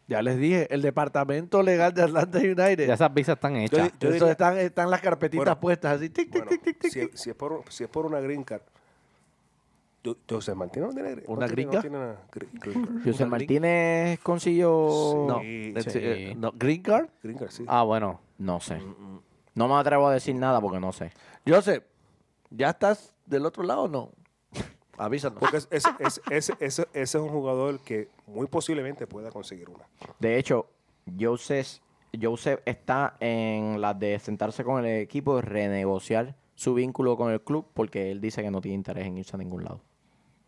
Speaker 2: Ya les dije, el departamento legal de Atlanta United.
Speaker 3: Ya esas visas están hechas.
Speaker 2: Eso
Speaker 5: diría-
Speaker 2: están, están las carpetitas
Speaker 5: Bueno,
Speaker 2: puestas así. Tic, tic,
Speaker 5: Bueno,
Speaker 2: tic, tic, tic,
Speaker 5: si,
Speaker 2: tic.
Speaker 5: si es por, si es por una green card, yo, José Martínez no tiene
Speaker 2: ¿Una
Speaker 5: no
Speaker 2: green
Speaker 5: tiene-
Speaker 2: card?
Speaker 5: No tiene una gr-
Speaker 1: <laughs>
Speaker 5: green card.
Speaker 1: José Martínez consiguió...
Speaker 2: No,
Speaker 5: Sí,
Speaker 2: es-
Speaker 3: sí.
Speaker 2: eh, no, Green Card.
Speaker 5: Green card, sí.
Speaker 3: Ah, bueno.
Speaker 1: No sé. No me atrevo a decir nada porque no sé.
Speaker 2: Joseph, ¿ya estás del otro lado o no? Avísanos.
Speaker 1: Pues,
Speaker 5: Porque es- es- es- ese- ese- ese es un jugador que muy posiblemente pueda conseguir una.
Speaker 1: De hecho, Joseph Joseph está en la de sentarse con el equipo y renegociar su vínculo con el club porque él dice que no tiene interés en irse a ningún lado.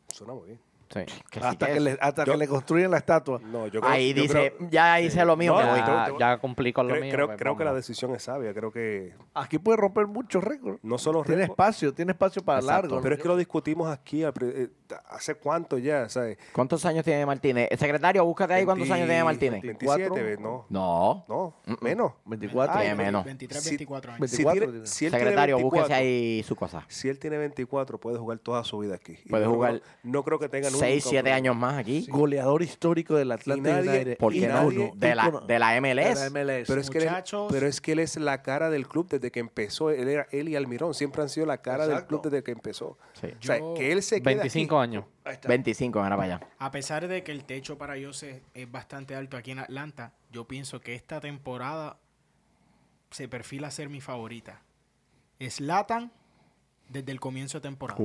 Speaker 5: Suena muy bien.
Speaker 3: Sí.
Speaker 1: Que sí
Speaker 2: hasta
Speaker 1: que
Speaker 2: que,
Speaker 1: es.
Speaker 2: le, hasta que
Speaker 5: Yo- Mm.
Speaker 2: le construyen la estatua.
Speaker 5: No, yo creo-
Speaker 1: Ahí
Speaker 5: yo
Speaker 1: dice,
Speaker 5: creo-
Speaker 1: ya hice lo mío,
Speaker 5: No,
Speaker 1: me voy.
Speaker 5: Ah, creo-
Speaker 3: Ya, ya cumplí con lo
Speaker 5: creo-
Speaker 3: mío.
Speaker 5: creo-
Speaker 3: pues,
Speaker 5: creo que la
Speaker 3: vamos.
Speaker 5: decisión es sabia. Creo que
Speaker 2: Aquí puede romper muchos récords.
Speaker 5: no solo
Speaker 2: Tiene
Speaker 5: récord,
Speaker 2: espacio, tiene espacio para
Speaker 1: Exacto.
Speaker 2: largo.
Speaker 5: Pero es que lo discutimos aquí al pri- eh, hace cuánto ya, ¿sabes?
Speaker 1: ¿Cuántos años tiene Martínez? Eh, Secretario, búscate ahí cuántos años tiene
Speaker 5: 20,
Speaker 1: Martínez.
Speaker 5: 27,
Speaker 2: ¿24?
Speaker 5: no.
Speaker 1: No.
Speaker 5: No, menos.
Speaker 2: 24.
Speaker 1: Ay, menos.
Speaker 4: 23,
Speaker 5: Sí.
Speaker 4: 24 años.
Speaker 5: Si
Speaker 2: 24
Speaker 5: tiene-
Speaker 2: tiene.
Speaker 5: si él tiene
Speaker 1: Secretario,
Speaker 5: 24,
Speaker 1: búsquese ahí su cosa.
Speaker 5: Si él tiene 24, puede jugar toda su vida aquí. Y
Speaker 1: Puede
Speaker 5: no creo-
Speaker 1: jugar
Speaker 5: No creo que tengan
Speaker 1: 6, 7
Speaker 5: problema.
Speaker 1: años más aquí.
Speaker 2: Goleador histórico del Atlanta
Speaker 5: Y nadie-
Speaker 2: United.
Speaker 1: ¿Por
Speaker 5: y
Speaker 1: qué no?
Speaker 5: nadie-
Speaker 1: De la, de la MLS.
Speaker 2: De la MLS.
Speaker 5: Pero es, que él,
Speaker 4: Muchachos.
Speaker 5: pero es que él es la cara del club desde que empezó. Él, era, él y Almirón siempre han sido la cara del
Speaker 2: Exacto.
Speaker 5: club desde que empezó.
Speaker 1: Sí.
Speaker 5: O sea,
Speaker 4: Yo-
Speaker 5: que él se queda
Speaker 3: 25 años.
Speaker 5: <laughs>
Speaker 1: 25, era para allá.
Speaker 4: A pesar de que el techo para Jose es bastante alto aquí en Atlanta, yo pienso que esta temporada se perfila ser mi favorita. Slatan desde el comienzo de temporada.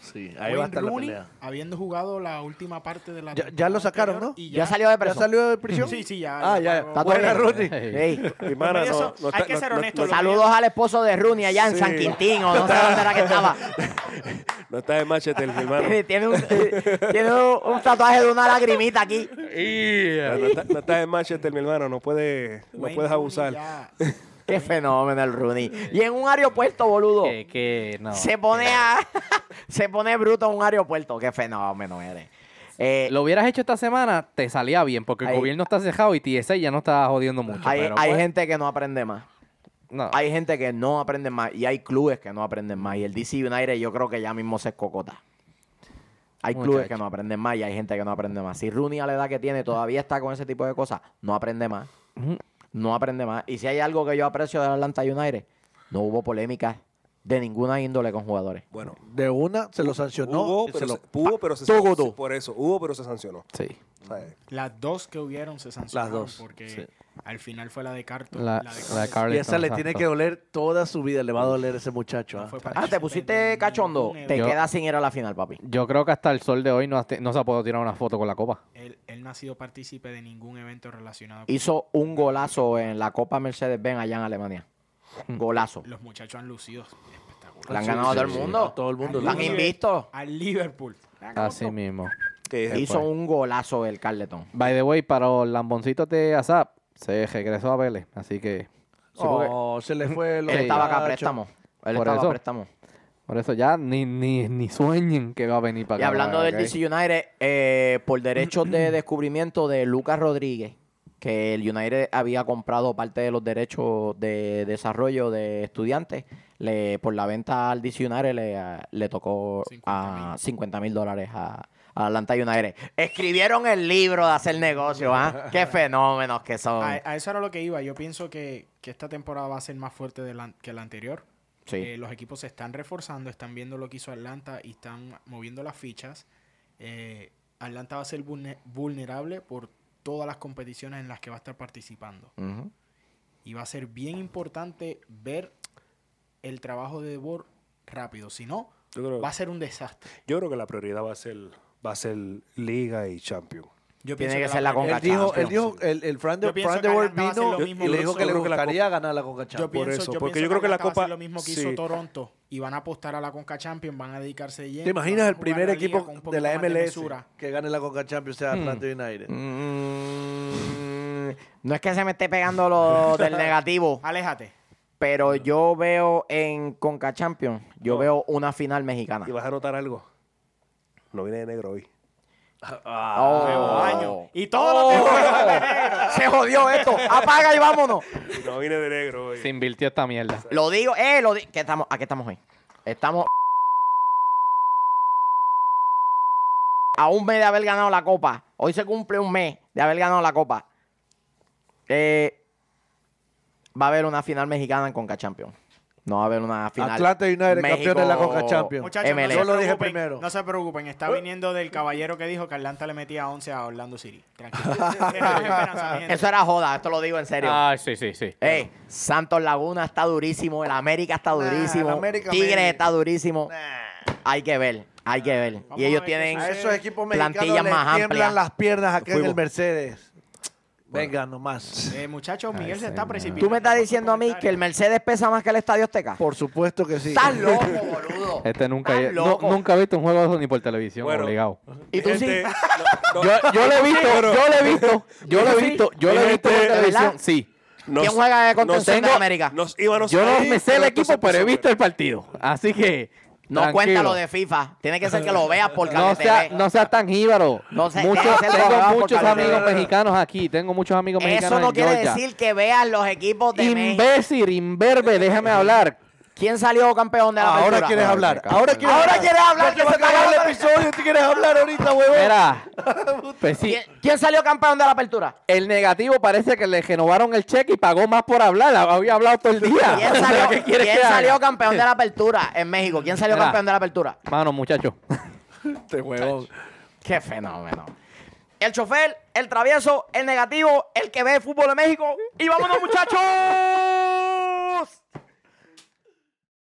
Speaker 2: Sí, ahí va a
Speaker 4: Wayne
Speaker 2: estar la
Speaker 4: Rooney,
Speaker 2: pelea.
Speaker 4: habiendo jugado la última parte de la
Speaker 2: Ya- ya
Speaker 4: temporada
Speaker 2: lo sacaron,
Speaker 4: anterior
Speaker 2: ¿no?
Speaker 4: y
Speaker 1: Ya, salió de
Speaker 2: ¿Ya
Speaker 1: preso.
Speaker 2: salió de prisión?
Speaker 4: Sí, sí, ya.
Speaker 2: Ah, ya.
Speaker 4: pagó.
Speaker 1: Está todo
Speaker 2: Buena,
Speaker 1: bien.
Speaker 2: Rooney.
Speaker 3: <laughs>
Speaker 1: Ey.
Speaker 5: aquí. Mi mana,
Speaker 4: Pero
Speaker 5: no-
Speaker 4: eso,
Speaker 5: no
Speaker 4: hay
Speaker 5: está-
Speaker 4: que
Speaker 5: no-
Speaker 4: ser
Speaker 5: no-
Speaker 4: honesto.
Speaker 5: no-
Speaker 1: Saludos al esposo de Rooney allá en
Speaker 5: Sí.
Speaker 1: San Quintín o no sé dónde era que estaba.
Speaker 5: No está de machete, mi
Speaker 1: <laughs>
Speaker 5: hermano.
Speaker 1: Tiene, <laughs> tiene un, tiene un- un tatuaje de una lagrimita aquí.
Speaker 5: No, no está, no está de Manchester, mi hermano. No, puede, no
Speaker 4: Wayne
Speaker 5: puedes
Speaker 4: Rooney
Speaker 5: abusar.
Speaker 4: ya-
Speaker 1: Qué fenómeno el Rooney. Y en un aeropuerto, boludo.
Speaker 3: Que, que no.
Speaker 1: Se pone a, <laughs> se pone bruto en un aeropuerto. Qué fenómeno eres. Eh,
Speaker 3: Lo hubieras hecho esta semana, te salía bien, porque el
Speaker 1: Hay-
Speaker 3: gobierno está cejado y TSA ya no está jodiendo mucho.
Speaker 1: hay
Speaker 3: pero,
Speaker 1: hay
Speaker 3: pues,
Speaker 1: gente que no aprende más.
Speaker 3: no.
Speaker 1: Hay gente que no aprende más y hay clubes que no aprenden más. Y el DC United yo creo que ya mismo se escocota. Hay clubes
Speaker 3: Muchacho.
Speaker 1: que no aprenden más y hay gente que no aprende más. Si Rooney a la edad que tiene todavía está con ese tipo de cosas, no aprende más.
Speaker 3: Ujú.
Speaker 1: No aprende más. Y si hay algo que yo aprecio del Atlanta United, no hubo polémicas de ninguna índole con jugadores.
Speaker 5: Bueno,
Speaker 2: De una se lo sancionó.
Speaker 5: hubo,
Speaker 2: y
Speaker 5: pero
Speaker 2: se
Speaker 5: se,
Speaker 2: lo-
Speaker 5: hubo, pero se
Speaker 1: Tú,
Speaker 5: sancionó.
Speaker 1: tú.
Speaker 5: Por eso, hubo, pero se sancionó.
Speaker 3: Sí.
Speaker 5: ¿sabes?
Speaker 4: Las dos que hubieron se sancionaron
Speaker 2: Las dos,
Speaker 4: porque
Speaker 2: sí.
Speaker 4: al final fue la de Carton.
Speaker 3: La,
Speaker 4: la de
Speaker 3: la de
Speaker 4: Carlton.
Speaker 2: Y
Speaker 3: Carlton,
Speaker 2: esa le
Speaker 3: exacto.
Speaker 2: tiene que doler toda su vida. Le va a doler ese muchacho.
Speaker 4: No
Speaker 2: ¿ah?
Speaker 4: fue para
Speaker 1: Ah, te
Speaker 4: Chile,
Speaker 1: pusiste
Speaker 4: de
Speaker 1: cachondo.
Speaker 4: ningún
Speaker 1: Te
Speaker 3: Yo-
Speaker 1: quedas sin ir a la final, papi.
Speaker 3: Yo creo que hasta el sol de hoy no, has te- no se ha podido tirar una foto con la copa.
Speaker 4: Él, él no ha sido partícipe de ningún evento relacionado
Speaker 1: Hizo un golazo en la Copa Mercedes-Benz allá en Alemania. Golazo.
Speaker 4: con... Los muchachos han lucido espectacular.
Speaker 1: Le han ganado a todo el mundo.
Speaker 2: Todo el mundo.
Speaker 1: Lo han
Speaker 4: Lucido.
Speaker 1: invisto.
Speaker 4: Al Liverpool. Le han ganado
Speaker 3: Así
Speaker 4: todo.
Speaker 3: mismo.
Speaker 5: Que es-
Speaker 1: Hizo un golazo el Carleton.
Speaker 3: By the way, para los lamboncitos de ASAP, se regresó a Vélez, así que...
Speaker 2: Oh, se le fue el
Speaker 1: Él estaba acá a
Speaker 2: muchacho.
Speaker 1: préstamo. Él
Speaker 3: Por
Speaker 1: estaba a
Speaker 3: eso.
Speaker 1: préstamo.
Speaker 3: Por eso ya ni, ni, ni sueñen que va a venir para
Speaker 1: Y
Speaker 3: acá.
Speaker 1: hablando
Speaker 3: ¿verdad?
Speaker 1: del
Speaker 3: ¿Ok?
Speaker 1: DC United, eh, por derechos
Speaker 3: <clears throat>
Speaker 1: de descubrimiento de Lucas Rodríguez, que el United había comprado parte de los derechos de desarrollo de estudiantes, le, por la venta al DC United le, ah, le tocó a 50 mil dólares a, a Atlanta United. Escribieron el libro de hacer negocios, ¿ah? Qué fenómenos que son.
Speaker 4: A, a eso era lo que iba. Yo pienso que, que esta temporada va a ser más fuerte de la- que la anterior.
Speaker 1: Sí.
Speaker 4: Eh, los equipos se están reforzando, están viendo lo que hizo Atlanta y están moviendo las fichas. Eh, Atlanta va a ser vulne- vulnerable por todas las competiciones en las que va a estar participando.
Speaker 1: Ujú.
Speaker 4: Y va a ser bien importante ver el trabajo de Debor rápido. Si no,
Speaker 5: yo, creo,
Speaker 4: va a ser un desastre.
Speaker 5: yo creo que la prioridad va a ser, va a ser Liga y Champions.
Speaker 4: Yo
Speaker 1: Tiene
Speaker 4: pienso
Speaker 1: que ser la
Speaker 4: mayoría-
Speaker 2: Él
Speaker 1: Conca
Speaker 2: dijo, él
Speaker 1: Champions.
Speaker 2: dijo, el, el Fran de,
Speaker 4: Yo pienso
Speaker 2: Fran
Speaker 4: que
Speaker 2: de Boer
Speaker 4: Atlanta va a hacer
Speaker 2: vino
Speaker 4: lo mismo
Speaker 2: y le
Speaker 4: que
Speaker 2: dijo
Speaker 4: hizo-
Speaker 2: que le
Speaker 5: Yo creo que la
Speaker 2: gustaría ganar la Conca
Speaker 4: Yo
Speaker 2: Champions.
Speaker 5: Por
Speaker 4: pienso,
Speaker 5: eso,
Speaker 4: yo
Speaker 5: porque
Speaker 4: pienso
Speaker 5: yo creo que la
Speaker 4: Atlanta va a
Speaker 5: Copa-
Speaker 4: hacer lo mismo que hizo
Speaker 5: sí.
Speaker 4: Toronto y van a apostar a la Conca Champions, van a dedicarse de lleno.
Speaker 2: ¿Te imaginas
Speaker 4: van a
Speaker 2: el
Speaker 4: jugar
Speaker 2: primer
Speaker 4: la liga
Speaker 2: equipo
Speaker 4: con un
Speaker 2: de
Speaker 4: poquito
Speaker 2: la
Speaker 4: más de
Speaker 2: MLS
Speaker 4: mesura?
Speaker 2: que gane la Conca Champions sea Atlanta United?
Speaker 1: Mm, No es que se me esté pegando lo del negativo.
Speaker 4: Aléjate.
Speaker 1: Pero yo veo en Conca Champions, yo
Speaker 4: Oh.
Speaker 1: veo una final mexicana.
Speaker 5: Y vas a notar algo. No viene de negro hoy.
Speaker 1: Oh.
Speaker 4: Año. Y todo lo que
Speaker 1: <laughs> Se jodió esto. Apaga y vámonos.
Speaker 5: <laughs> No viene de negro hoy.
Speaker 3: Se invirtió esta mierda.
Speaker 1: Lo digo, eh, lo digo. Estamos, ¿A qué estamos hoy? Estamos a un mes de haber ganado la copa. Hoy se cumple un mes de haber ganado la copa. Eh, va a haber una final mexicana en Conca Champions. No va a haber una final.
Speaker 2: Atlanta United, campeón de la Conca Champions.
Speaker 4: Muchachos, no,
Speaker 1: MLS.
Speaker 4: se
Speaker 2: Yo lo dije
Speaker 4: preocupen,
Speaker 2: primero.
Speaker 4: no se preocupen, está viniendo del caballero que dijo que Atlanta le metía 11 a Orlando City.
Speaker 2: <laughs>
Speaker 4: Tranquilo. Tenemos esperanza, mi gente.
Speaker 1: Eso era joda, esto lo digo en serio.
Speaker 3: Ay, Ah, sí, sí, sí.
Speaker 1: Ey, Santos Laguna está durísimo, el América está durísimo,
Speaker 2: el América,
Speaker 1: Tigres
Speaker 2: mire.
Speaker 1: está durísimo. Hay que ver, hay que ver.
Speaker 4: Vamos
Speaker 1: Y
Speaker 4: a
Speaker 1: ellos
Speaker 4: ver qué
Speaker 1: tienen
Speaker 2: A
Speaker 4: sucede.
Speaker 2: esos equipos mexicanos
Speaker 1: plantillas
Speaker 2: les
Speaker 1: más
Speaker 2: tiemblan
Speaker 1: amplias.
Speaker 2: las piernas acá en
Speaker 5: Fuimos.
Speaker 2: el Mercedes. Venga, nomás.
Speaker 4: Eh, muchachos, Miguel se está
Speaker 3: señor.
Speaker 4: precipitando.
Speaker 1: Tú me estás
Speaker 4: con
Speaker 1: diciendo a mí
Speaker 4: comentarios.
Speaker 1: que el Mercedes pesa más que el Estadio Azteca.
Speaker 2: Por supuesto que sí.
Speaker 1: Estás loco,
Speaker 2: <laughs>
Speaker 1: boludo.
Speaker 3: Este nunca,
Speaker 1: Estás
Speaker 3: no-
Speaker 1: loco.
Speaker 3: nunca he visto un juego de eso ni por televisión,
Speaker 5: Bueno.
Speaker 3: obligado.
Speaker 1: Y tú sí.
Speaker 5: Gente, no- no-
Speaker 3: Yo, <laughs> yo lo he visto, yo lo he visto, yo lo he visto, yo lo he visto por
Speaker 1: Este,
Speaker 3: televisión,
Speaker 1: ¿verdad?
Speaker 3: sí.
Speaker 5: nos-
Speaker 1: ¿Quién juega contra
Speaker 5: nos-
Speaker 1: el Centro
Speaker 5: tengo-
Speaker 1: de América?
Speaker 5: Nos íbamos
Speaker 3: Yo no
Speaker 5: ahí,
Speaker 3: me sé el
Speaker 5: esto se
Speaker 3: equipo, pero he
Speaker 5: puso
Speaker 3: visto el partido. Así que.
Speaker 1: No
Speaker 3: tranquilo.
Speaker 1: cuenta lo de FIFA. Tiene que ser que lo veas por
Speaker 3: <laughs> No
Speaker 1: cable
Speaker 3: sea,
Speaker 1: TV.
Speaker 3: no sea tan jíbaro.
Speaker 1: No sé,
Speaker 3: Mucho-
Speaker 1: deja de ser
Speaker 3: tengo
Speaker 1: abogado por
Speaker 3: muchos
Speaker 1: cable
Speaker 3: amigos
Speaker 1: TV.
Speaker 3: mexicanos aquí. Tengo muchos amigos
Speaker 1: Eso
Speaker 3: mexicanos
Speaker 1: no
Speaker 3: en
Speaker 1: quiere
Speaker 3: Georgia.
Speaker 1: decir que veas los equipos de México.
Speaker 3: Imbécil, imberbe, déjame hablar.
Speaker 1: ¿Quién salió campeón de la
Speaker 2: Ahora
Speaker 1: apertura?
Speaker 2: quieres
Speaker 3: Ahora
Speaker 2: hablar.
Speaker 3: se acaba.
Speaker 2: Ahora quieres
Speaker 1: Ahora quieres hablar,
Speaker 2: Ya
Speaker 1: que
Speaker 2: que va a
Speaker 1: se acabó
Speaker 2: acabar
Speaker 1: la-
Speaker 2: el episodio. Tú quieres hablar ahorita, huevón. <laughs>
Speaker 3: Mira, pues sí,
Speaker 1: ¿Quién, quién salió campeón de la apertura?
Speaker 3: el negativo parece que le renovaron el cheque y pagó más por hablar. Había hablado todo el día. <laughs>
Speaker 1: ¿Quién
Speaker 3: O sea,
Speaker 1: salió,
Speaker 3: ¿qué quieres
Speaker 1: quién
Speaker 3: que haga?
Speaker 1: salió campeón de la apertura en México? ¿Quién salió
Speaker 3: Mira.
Speaker 1: campeón de la apertura?
Speaker 3: Mano, muchacho.
Speaker 2: Este huevón.
Speaker 1: Qué fenómeno. El chofer, el travieso, el negativo, el que ve el fútbol de México. ¡Y vámonos, muchachos!